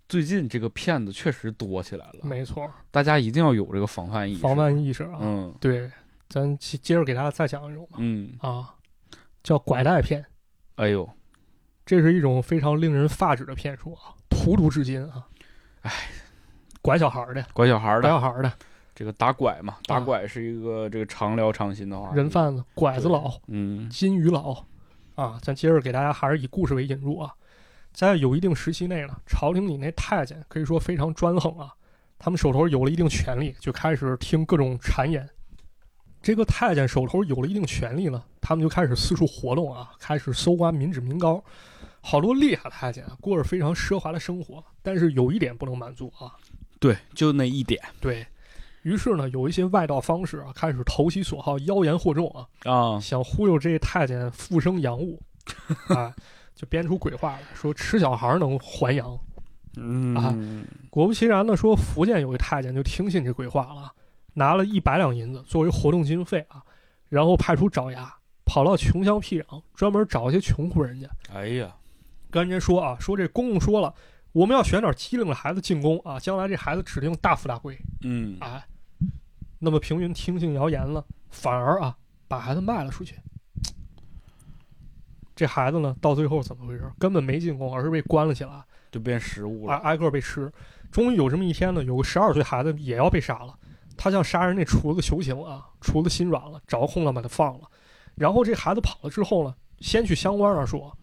S1: 最近这个骗子确实多起来了，
S2: 没错，
S1: 大家一定要有这个防范意识。
S2: 防，范意识啊。
S1: 嗯
S2: 对，咱接接着给大家再讲一种吧，
S1: 嗯，
S2: 啊，叫拐带骗，
S1: 哎呦，
S2: 这是一种非常令人发指的骗术啊，荼毒至今啊。
S1: 哎，
S2: 拐小孩儿的，
S1: 拐小孩
S2: 拐
S1: 的
S2: 小孩儿的
S1: 这个打拐嘛，打
S2: 啊
S1: 拐是一个这个常聊常新的话题
S2: 人，贩子，拐子佬，
S1: 嗯
S2: 金鱼佬啊，咱接着给大家还是以故事为引入啊。在有一定时期内呢，朝廷里那太监可以说非常专横啊，他们手头有了一定权力，就开始听各种谗言。这个太监手头有了一定权力呢，他们就开始四处活动啊，开始搜刮民脂民膏。好多厉害的太监啊，过着非常奢华的生活，但是有一点不能满足啊，
S1: 对，就那一点
S2: 对于是呢，有一些外道方士啊，开始投其所好，妖言惑众啊，
S1: 啊，
S2: 想忽悠这太监复生洋务，啊，就编出鬼话来说吃小孩能还阳。
S1: 嗯
S2: 啊果不其然呢，说福建有一太监就听信这鬼话了，拿了一百两银子作为活动经费啊，然后派出爪牙跑到穷乡僻壤，专门找一些穷苦人家，
S1: 哎呀，
S2: 跟人家说啊，说这公公说了，我们要选点机灵的孩子进宫啊，将来这孩子指定大富大贵。
S1: 嗯
S2: 啊，那么平云听信谣言了，反而啊把孩子卖了出去。这孩子呢，到最后怎么回事？根本没进宫，而是被关了起来，
S1: 就变食物
S2: 挨
S1: 了，
S2: 挨个被吃。终于有这么一天呢，有个十二岁孩子也要被杀了。他向杀人那厨子求情啊，厨子心软了，找个空档把他放了。然后这孩子跑了之后呢，先去乡官那儿说，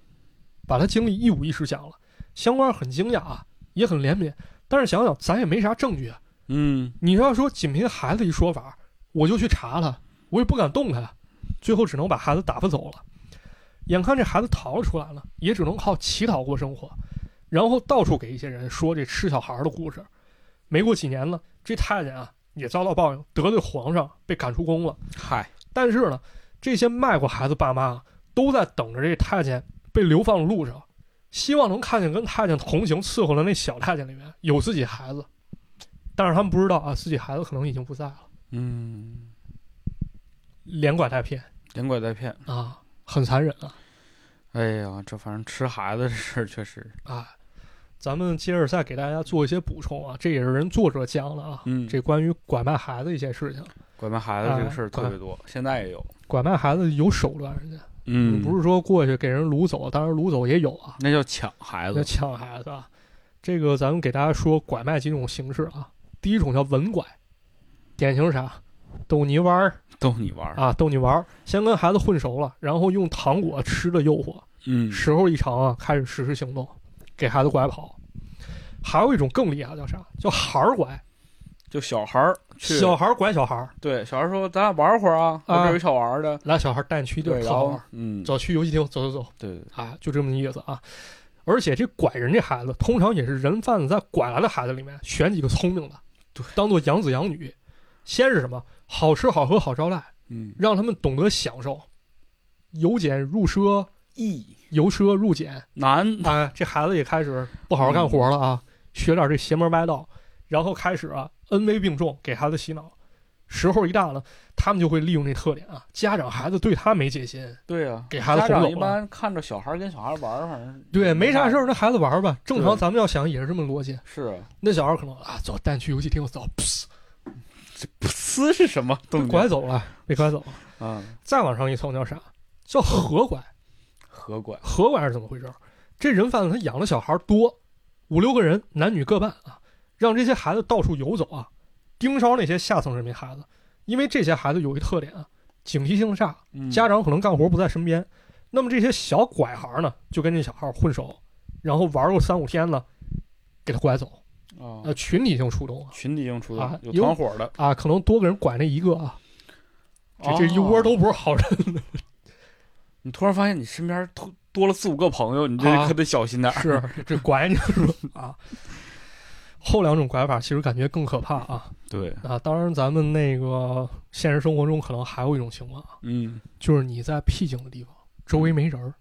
S2: 把他经历一五一十讲了。乡官很惊讶啊，也很怜悯，但是想想咱也没啥证据啊，
S1: 嗯
S2: 你要说仅凭孩子一说法，我就去查他，我也不敢动他，最后只能把孩子打发走了。眼看这孩子逃了出来了，也只能靠乞讨过生活，然后到处给一些人说这吃小孩的故事。没过几年呢，这太监啊也遭到报应，得罪皇上，被赶出宫了。
S1: 嗨，
S2: 但是呢，这些卖过孩子爸妈都在等着这太监被流放的路上，希望能看见跟太监同行伺候的那小太监里面有自己孩子，但是他们不知道啊，自己孩子可能已经不在了。
S1: 嗯，
S2: 连拐带骗
S1: 连拐带骗。
S2: 啊，很残忍啊
S1: 哎呀，这反正吃孩子这事儿确实，
S2: 啊！咱们接着再给大家做一些补充啊，这也是人作者讲的啊，
S1: 嗯，
S2: 这关于拐卖孩子一些事情，
S1: 拐卖孩子这个事儿
S2: 哎
S1: 特别多，现在也有。
S2: 拐卖孩子有手段，人家、
S1: 嗯，
S2: 不是说过去给人掳走，当然掳走也有啊，
S1: 那叫抢孩
S2: 那
S1: 子。
S2: 抢孩子啊，这个咱们给大家说拐卖几种形式啊。第一种叫文拐，典型是啥？逗你玩儿
S1: 逗你玩儿，
S2: 啊，逗你玩儿，先跟孩子混熟了，然后用糖果吃的诱惑，
S1: 嗯，
S2: 时候一长啊，开始实施行动，给孩子拐跑。还有一种更厉害，叫啥？叫孩儿拐，
S1: 就小孩儿去，
S2: 小孩儿拐小孩儿，
S1: 对，小孩儿说咱俩玩会儿啊，我
S2: 啊
S1: 这有一小玩儿的，
S2: 来小孩儿带你去一地
S1: 对，
S2: 儿特
S1: 然
S2: 好玩
S1: 后
S2: 儿，
S1: 嗯，
S2: 走去游戏厅，走走走，
S1: 对对对，
S2: 啊，就这么意思啊。而且这拐人这孩子，通常也是人贩子在拐来的孩子里面选几个聪明的，
S1: 对，
S2: 当做养子养女。先是什么？好吃好喝好招待，
S1: 嗯，
S2: 让他们懂得享受。由俭入奢，
S1: 义
S2: 由奢入 俭。
S1: 男，
S2: 啊，这孩子也开始不好好干活了啊，学点这邪门歪道，然后开始啊恩威并重，给孩子洗脑。时候一大了，他们就会利用这特点啊，家长孩子对他没戒心，
S1: 对啊，
S2: 给孩子
S1: 家
S2: 哄走
S1: 长
S2: 了。
S1: 一般看着小孩儿跟小孩儿玩儿，反正
S2: 对，没啥事
S1: 儿，
S2: 儿，那孩子玩儿吧。正常
S1: 嗯对
S2: 咱们要想也是这么逻辑。
S1: 是 啊
S2: 那小孩儿可能啊，走，带你去游戏厅，我走，噗
S1: 噗呲是什么动
S2: 被
S1: 静？
S2: 拐走了，被拐走了。
S1: 啊，
S2: 再往上一层叫啥？叫合拐。
S1: 河拐，
S2: 合拐是怎么回事儿？这人贩子他养的小孩儿多，五六个人，男女各半啊，让这些孩子到处游走啊，盯梢那些下层人民孩子。因为这些孩子有一特点啊，警惕性差，
S1: 嗯
S2: 家长可能干活不在身边，那么这些小拐孩儿呢，就跟这小孩儿混熟，然后玩儿个三五天呢，给他拐走。
S1: 啊，
S2: 呃，群体性出动啊
S1: 群体性出
S2: 啊
S1: 动，有
S2: 有
S1: 团伙的，
S2: 啊，可能多个人拐那一个啊，这这一窝
S1: 哦
S2: 都不是好人，
S1: 你突然发现你身边多多了四五个朋友，你这
S2: 啊
S1: 可得小心点儿。
S2: 是 这拐你是吧？啊，后两种拐法其实感觉更可怕啊
S1: 对，
S2: 啊！当然，咱们那个现实生活中可能还有一种情况啊，
S1: 嗯，
S2: 就是你在僻静的地方，周围没人儿，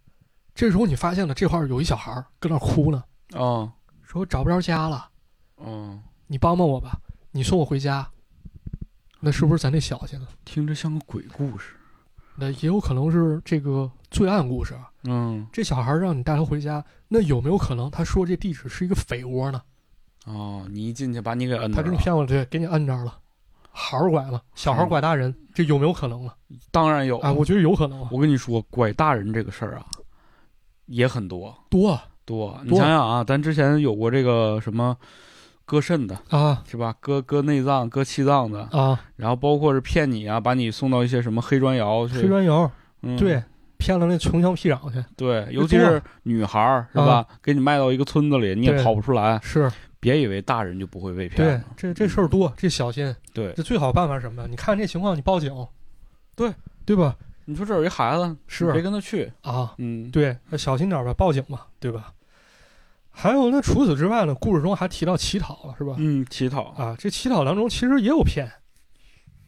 S2: 这时候你发现了这块儿有一小孩儿搁那儿哭呢，
S1: 啊，
S2: 说找不着家了，
S1: 嗯，
S2: 你帮帮我吧，你送我回家，那是不是咱这小去了？
S1: 听着像个鬼故事。
S2: 那也有可能是这个罪案故事啊。
S1: 嗯，
S2: 这小孩让你带他回家，那有没有可能他说这地址是一个匪窝呢？
S1: 哦，你一进去把你给摁
S2: 他
S1: 着
S2: 给你
S1: 了，
S2: 骗过去，给你摁这儿了，孩儿拐了，小
S1: 嗯
S2: 孩拐大人，这有没有可能呢？
S1: 当然有
S2: 啊，我觉得有可能啊，
S1: 我跟你说，拐大人这个事儿啊，也很多
S2: 多
S1: 多。你
S2: 多
S1: 想想啊，咱之前有过这个什么割肾的，
S2: 啊
S1: 是吧？割割内脏、割气脏的，
S2: 啊，
S1: 然后包括是骗你啊，把你送到一些什么黑砖窑去。
S2: 黑砖窑
S1: 嗯、
S2: 对，骗到那穷乡僻壤去，
S1: 对，
S2: 多
S1: 尤其是女孩儿，是吧？给你卖到一个村子里，你也
S2: 啊对
S1: 跑不出来。
S2: 是
S1: 别以为大人就不会被骗
S2: 对
S1: 了。
S2: 这这事儿多，这小心，
S1: 对，
S2: 这最好办法是什么呢？你看这情况，你报警，
S1: 对
S2: 对吧？
S1: 你说这有一孩子，
S2: 是
S1: 你别跟他去。
S2: 啊，
S1: 嗯，
S2: 对，那小心点儿吧，报警吧，对吧？还有那除此之外呢，故事中还提到乞讨了，是吧？
S1: 嗯，乞讨，
S2: 啊，这乞讨当中其实也有骗，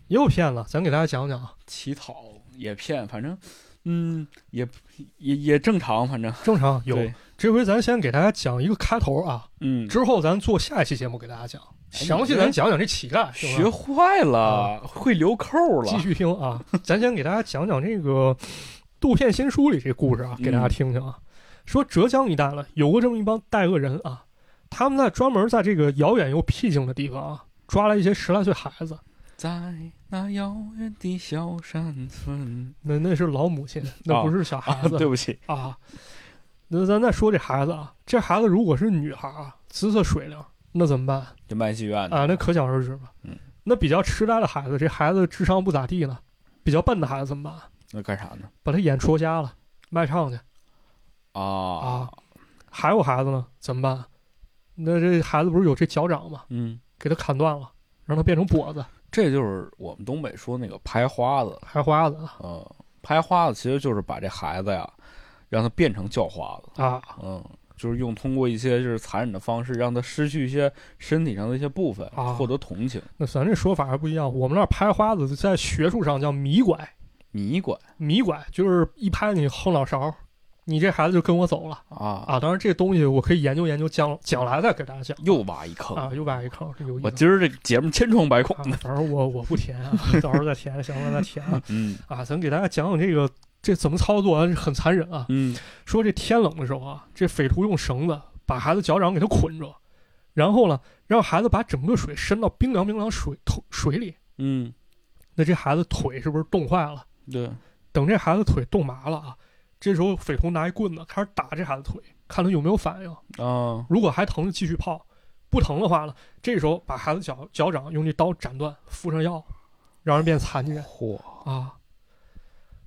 S2: 也有骗了，咱给大家讲讲啊，
S1: 乞讨也骗，反正，嗯，也也也正常，反正
S2: 正常有。
S1: 对
S2: 这回咱先给大家讲一个开头啊，
S1: 嗯，哎
S2: 之后咱做下一期节目给大家讲，详细咱讲讲这乞丐，行
S1: 学
S2: 吧
S1: 坏了，会留扣了
S2: 啊继。续听啊，咱先给大家讲讲这个《杜片新书》里这故事啊，给大
S1: 嗯
S2: 家听听啊。说浙江一带了，有过这么一帮带恶人啊，他们在专门在这个遥远又僻静的地方啊，抓来一些十来岁孩子，
S1: 在那遥远的小山村
S2: 那那是老母亲，那不是小
S1: 啊
S2: 孩，子，
S1: 对不起，
S2: 啊，那咱再说这孩子啊，这孩子如果是女孩啊，姿色水灵，那怎么办
S1: 就卖妓院的
S2: 啊？那可想而知嘛。
S1: 嗯
S2: 那比较痴呆的孩子，这孩子智商不咋地呢，比较笨的孩子怎么办？
S1: 那干啥呢？
S2: 把他眼戳瞎了，卖唱去
S1: 啊
S2: 啊，。还有孩子呢，怎么办？那这孩子不是有这脚掌吗？
S1: 嗯，
S2: 给他砍断了，让他变成跛子、
S1: 这就是我们东北说那个拍花子，
S2: 还花子啊
S1: 嗯，拍花子其实就是把这孩子呀，让他变成叫花子，
S2: 啊
S1: 嗯，就是用通过一些就是残忍的方式，让他失去一些身体上的一些部分，
S2: 啊
S1: 获得同情。
S2: 那咱这说法还不一样，我们那儿拍花子在学术上叫迷拐，
S1: 你管
S2: 迷拐就是一拍你后脑勺你这孩子就跟我走了
S1: 啊，
S2: 啊！当然，这东西我可以研究研究，将将来再给大家讲
S1: 又挖一坑。
S2: 啊。又挖一坑，这有意
S1: 哦我
S2: 思。
S1: 今儿这节目千疮百孔
S2: 啊
S1: 的，，
S2: 反正我我不填 啊，到时候再填，想法再填啊。
S1: 嗯
S2: 啊，咱给大家讲讲这个这怎么操作啊，这很残忍啊。
S1: 嗯
S2: 说这天冷的时候啊，这匪徒用绳子把孩子脚掌给他捆着，然后呢，让孩子把整个水伸到冰凉冰凉水头水里。
S1: 嗯，
S2: 那这孩子腿是不是冻坏了？
S1: 对，
S2: 等这孩子腿冻麻了啊，这时候匪徒拿一棍子开始打这孩子腿，看他有没有反应。
S1: 啊
S2: 如果还疼就继续泡，不疼的话呢，这时候把孩子脚脚掌用这刀斩断，敷上药，让人变残疾人
S1: 嚯，
S2: 啊。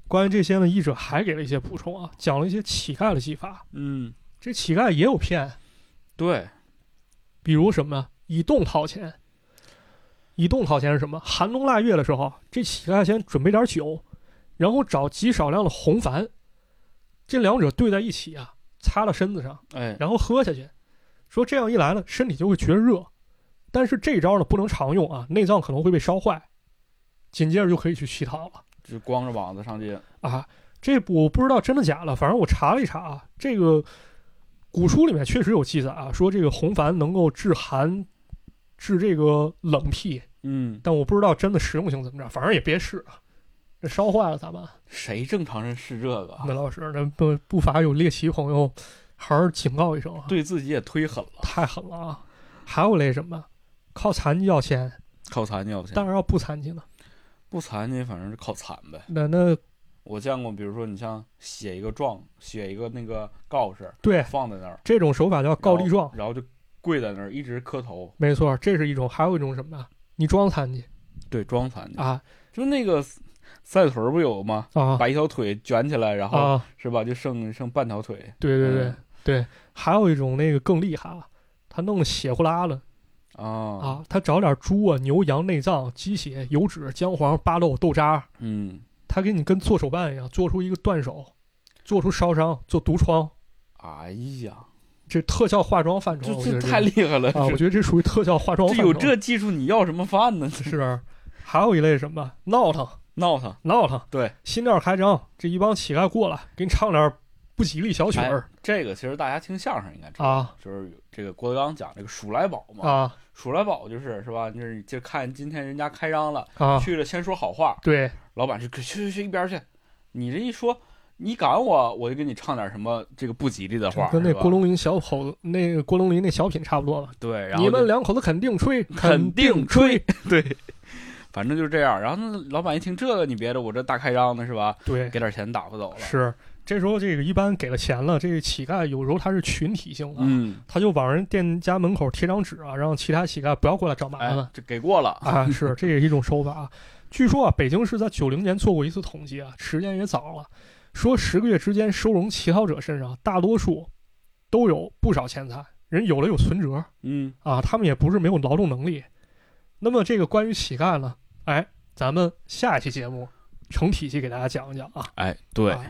S2: 关于这些呢，译者还给了一些补充啊，讲了一些乞丐的技法。
S1: 嗯，
S2: 这乞丐也有骗，
S1: 对，
S2: 比如什么呢？以动讨钱。以动讨钱是什么？寒冬腊月的时候，这乞丐先准备点酒，然后找极少量的红矾，这两者兑在一起啊，擦到身子上，
S1: 哎，
S2: 然后喝下去。说这样一来呢，身体就会觉得热，但是这招呢不能常用啊，内脏可能会被烧坏。紧接着就可以去乞讨了
S1: 就光着膀子上街，
S2: 啊！这我不知道真的假的，反正我查了一查啊，这个古书里面确实有记载啊，说这个红矾能够治寒、治这个冷僻，
S1: 嗯，
S2: 但我不知道真的实用性怎么着，反正也别试啊，这烧坏了咋办？啊
S1: 谁正常人是这个啊？
S2: 那老师，那不不乏有猎奇朋友，还是警告一声啊，
S1: 对自己也忒狠了，
S2: 太狠了啊！还有那什么，靠残疾要钱，
S1: 靠残疾要钱，
S2: 当然要不残疾呢，
S1: 不残疾反正是靠惨呗。
S2: 那那
S1: 我见过，比如说你像写一个状，写一个那个告示
S2: 对
S1: 放在那儿，
S2: 这种手法叫告
S1: 然后
S2: 立状，
S1: 然后就跪在那儿一直磕头，
S2: 没错，这是一种，还有一种什么呀？你装残疾
S1: 对，装残疾，
S2: 啊
S1: 就那个赛腿儿不有吗？
S2: 啊
S1: 把一条腿卷起来，然后、
S2: 啊！
S1: 是吧，就剩剩半条腿
S2: 对对对
S1: 嗯
S2: 对，还有一种那个更厉害啊，他弄得血呼啦的
S1: 啊
S2: 啊，他找点猪啊、牛羊内脏、鸡血、油脂、姜黄、巴豆、豆渣，
S1: 嗯
S2: 他给你跟做手办一样，做出一个断手，做出烧伤，做毒疮，
S1: 哎呀，
S2: 这特效化妆范
S1: 这，
S2: 畴哦我觉
S1: 这
S2: 得
S1: 太厉害了，
S2: 啊，我
S1: 这
S2: 觉得这属于特效化妆
S1: 这
S2: 范畴。
S1: 有这技术，你要什么饭呢？ 这
S2: 是，还有一类是什么闹腾
S1: 闹腾，
S2: 闹腾，
S1: 对，
S2: 心跳开张，这一帮乞丐过来给你唱点不吉利小曲
S1: 哎
S2: 儿、
S1: 这个其实大家听相声应该知道，
S2: 啊
S1: 就是这个郭德纲讲这个数来宝嘛，
S2: 啊
S1: 数来宝就是是吧？就是就看今天人家开张了，
S2: 啊！
S1: 去了先说好话，
S2: 对
S1: 老板是去去去一边去，你这一说。你赶我，我就给你唱点什么这个不吉利的话，
S2: 跟那
S1: 是吧
S2: 郭龙林小口那个郭龙林那小品差不多了。
S1: 对，然后
S2: 你
S1: 就
S2: 们两口子肯定吹，
S1: 肯定
S2: 定
S1: 吹。对， 反正就是这样。然后那老板一听这个，你别的我这大开张的是吧？
S2: 对，
S1: 给点钱打发走了。
S2: 是这时候这个一般给了钱了，这个乞丐有时候他是群体性的，
S1: 嗯，
S2: 他就往人店家门口贴张纸啊，让其他乞丐不要过来找麻
S1: 哎
S2: 烦。，
S1: 这给过了。
S2: 啊，是，这也是一种手法啊。据说啊，北京市在九零年做过一次统计啊，时间也早了，说十个月之间收容乞讨者身上，大多数都有不少钱财，人有的有存折
S1: 嗯，
S2: 啊，他们也不是没有劳动能力。那么这个关于乞丐呢，哎，咱们下一期节目成体系给大家讲一讲啊。
S1: 哎，对
S2: 啊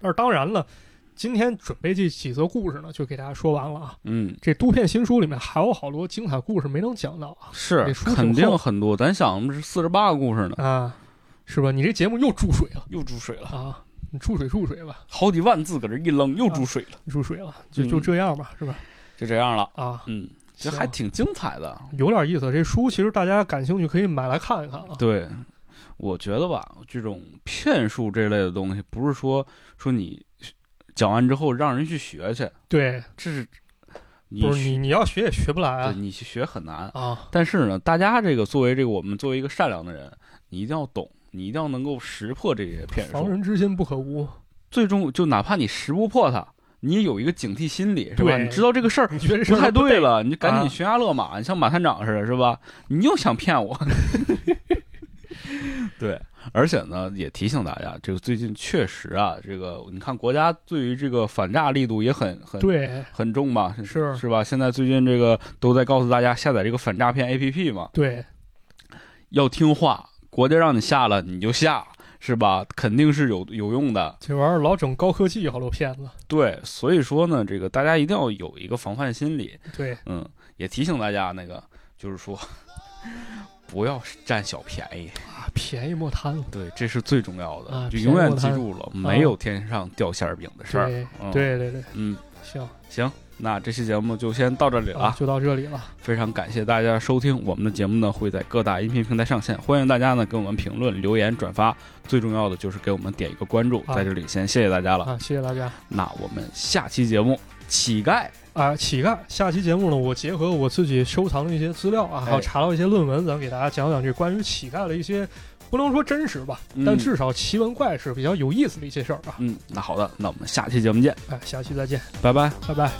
S2: 但是当然了，今天准备这几则故事呢，就给大家说完了啊。
S1: 嗯，
S2: 这都片新书里面还有好多精彩故事没能讲到啊。
S1: 是
S2: 得书挺
S1: 肯定
S2: 厚
S1: 很多。咱想是四十八个故事呢，
S2: 啊，是吧？你这节目又注水了
S1: 又注水了，
S2: 啊！你注水注水吧，
S1: 好几万字搁这一扔，又注水了，
S2: 注水了，就
S1: 嗯
S2: 就这样吧，是吧？
S1: 就这样了。
S2: 啊，
S1: 嗯，这
S2: 行
S1: 还挺精彩的。
S2: 有点意思。这书其实大家感兴趣可以买来看一看啊。
S1: 对，我觉得吧，这种骗术这类的东西，不是说说你讲完之后让人去学去，
S2: 对，
S1: 这是你
S2: 不是
S1: 学
S2: 你你要学也学不来
S1: 对
S2: 啊
S1: 你去学很难。
S2: 啊！
S1: 但是呢，大家这个作为这个我们作为一个善良的人，你一定要懂，你一定要能够识破这些骗
S2: 防
S1: 术。
S2: 人之心不可无，
S1: 最终就哪怕你识不破它，你也有一个警惕心理，是吧？
S2: 对
S1: 你知道这个事儿
S2: 你觉得这事
S1: 不
S2: 儿
S1: 太对
S2: 了
S1: 了，你就赶紧
S2: 啊
S1: 悬崖勒马，你像马探长似的，是吧？你又想骗我。 对，而且呢，也提醒大家，这个最近确实啊，这个你看国家对于这个反诈力度也很很
S2: 对
S1: 很重吧？
S2: 是
S1: 是吧？现在最近这个都在告诉大家下载这个反诈骗 APP 嘛，
S2: 对
S1: 要听话，国家让你下了你就下，是吧？肯定是有有用的。
S2: 这玩意儿老整高科技，好多骗子。
S1: 对，所以说呢，这个大家一定要有一个防范心理。
S2: 对，
S1: 嗯， 也提醒大家那个就是说，不要占小便宜，
S2: 啊便宜莫贪了。
S1: 对，这是最重要的，
S2: 啊
S1: 就
S2: 便宜
S1: 永远
S2: 过
S1: 记
S2: 它
S1: 住了，没有天上掉馅儿饼的事儿。
S2: 对
S1: 嗯，
S2: 对对对，
S1: 嗯，
S2: 行，
S1: 行，那这期节目就先到这里了。
S2: 啊，就到这里了。
S1: 非常感谢大家收听我们的节目呢，会在各大音频平台上线，欢迎大家呢给我们评论、留言、转发，最重要的就是给我们点一个关注。
S2: 啊
S1: 在这里先谢谢大家了，
S2: 啊，谢谢大家。
S1: 那我们下期节目乞丐
S2: 啊，乞丐，下期节目呢，我结合我自己收藏的一些资料啊，还有
S1: 哎
S2: 查到一些论文，咱给大家讲讲这关于乞丐的一些，不能说真实吧，
S1: 嗯
S2: 但至少奇闻怪事比较有意思的一些事儿啊。
S1: 嗯，那好的，那我们下期节目见，
S2: 哎，下期再见，
S1: 拜拜。
S2: 拜拜。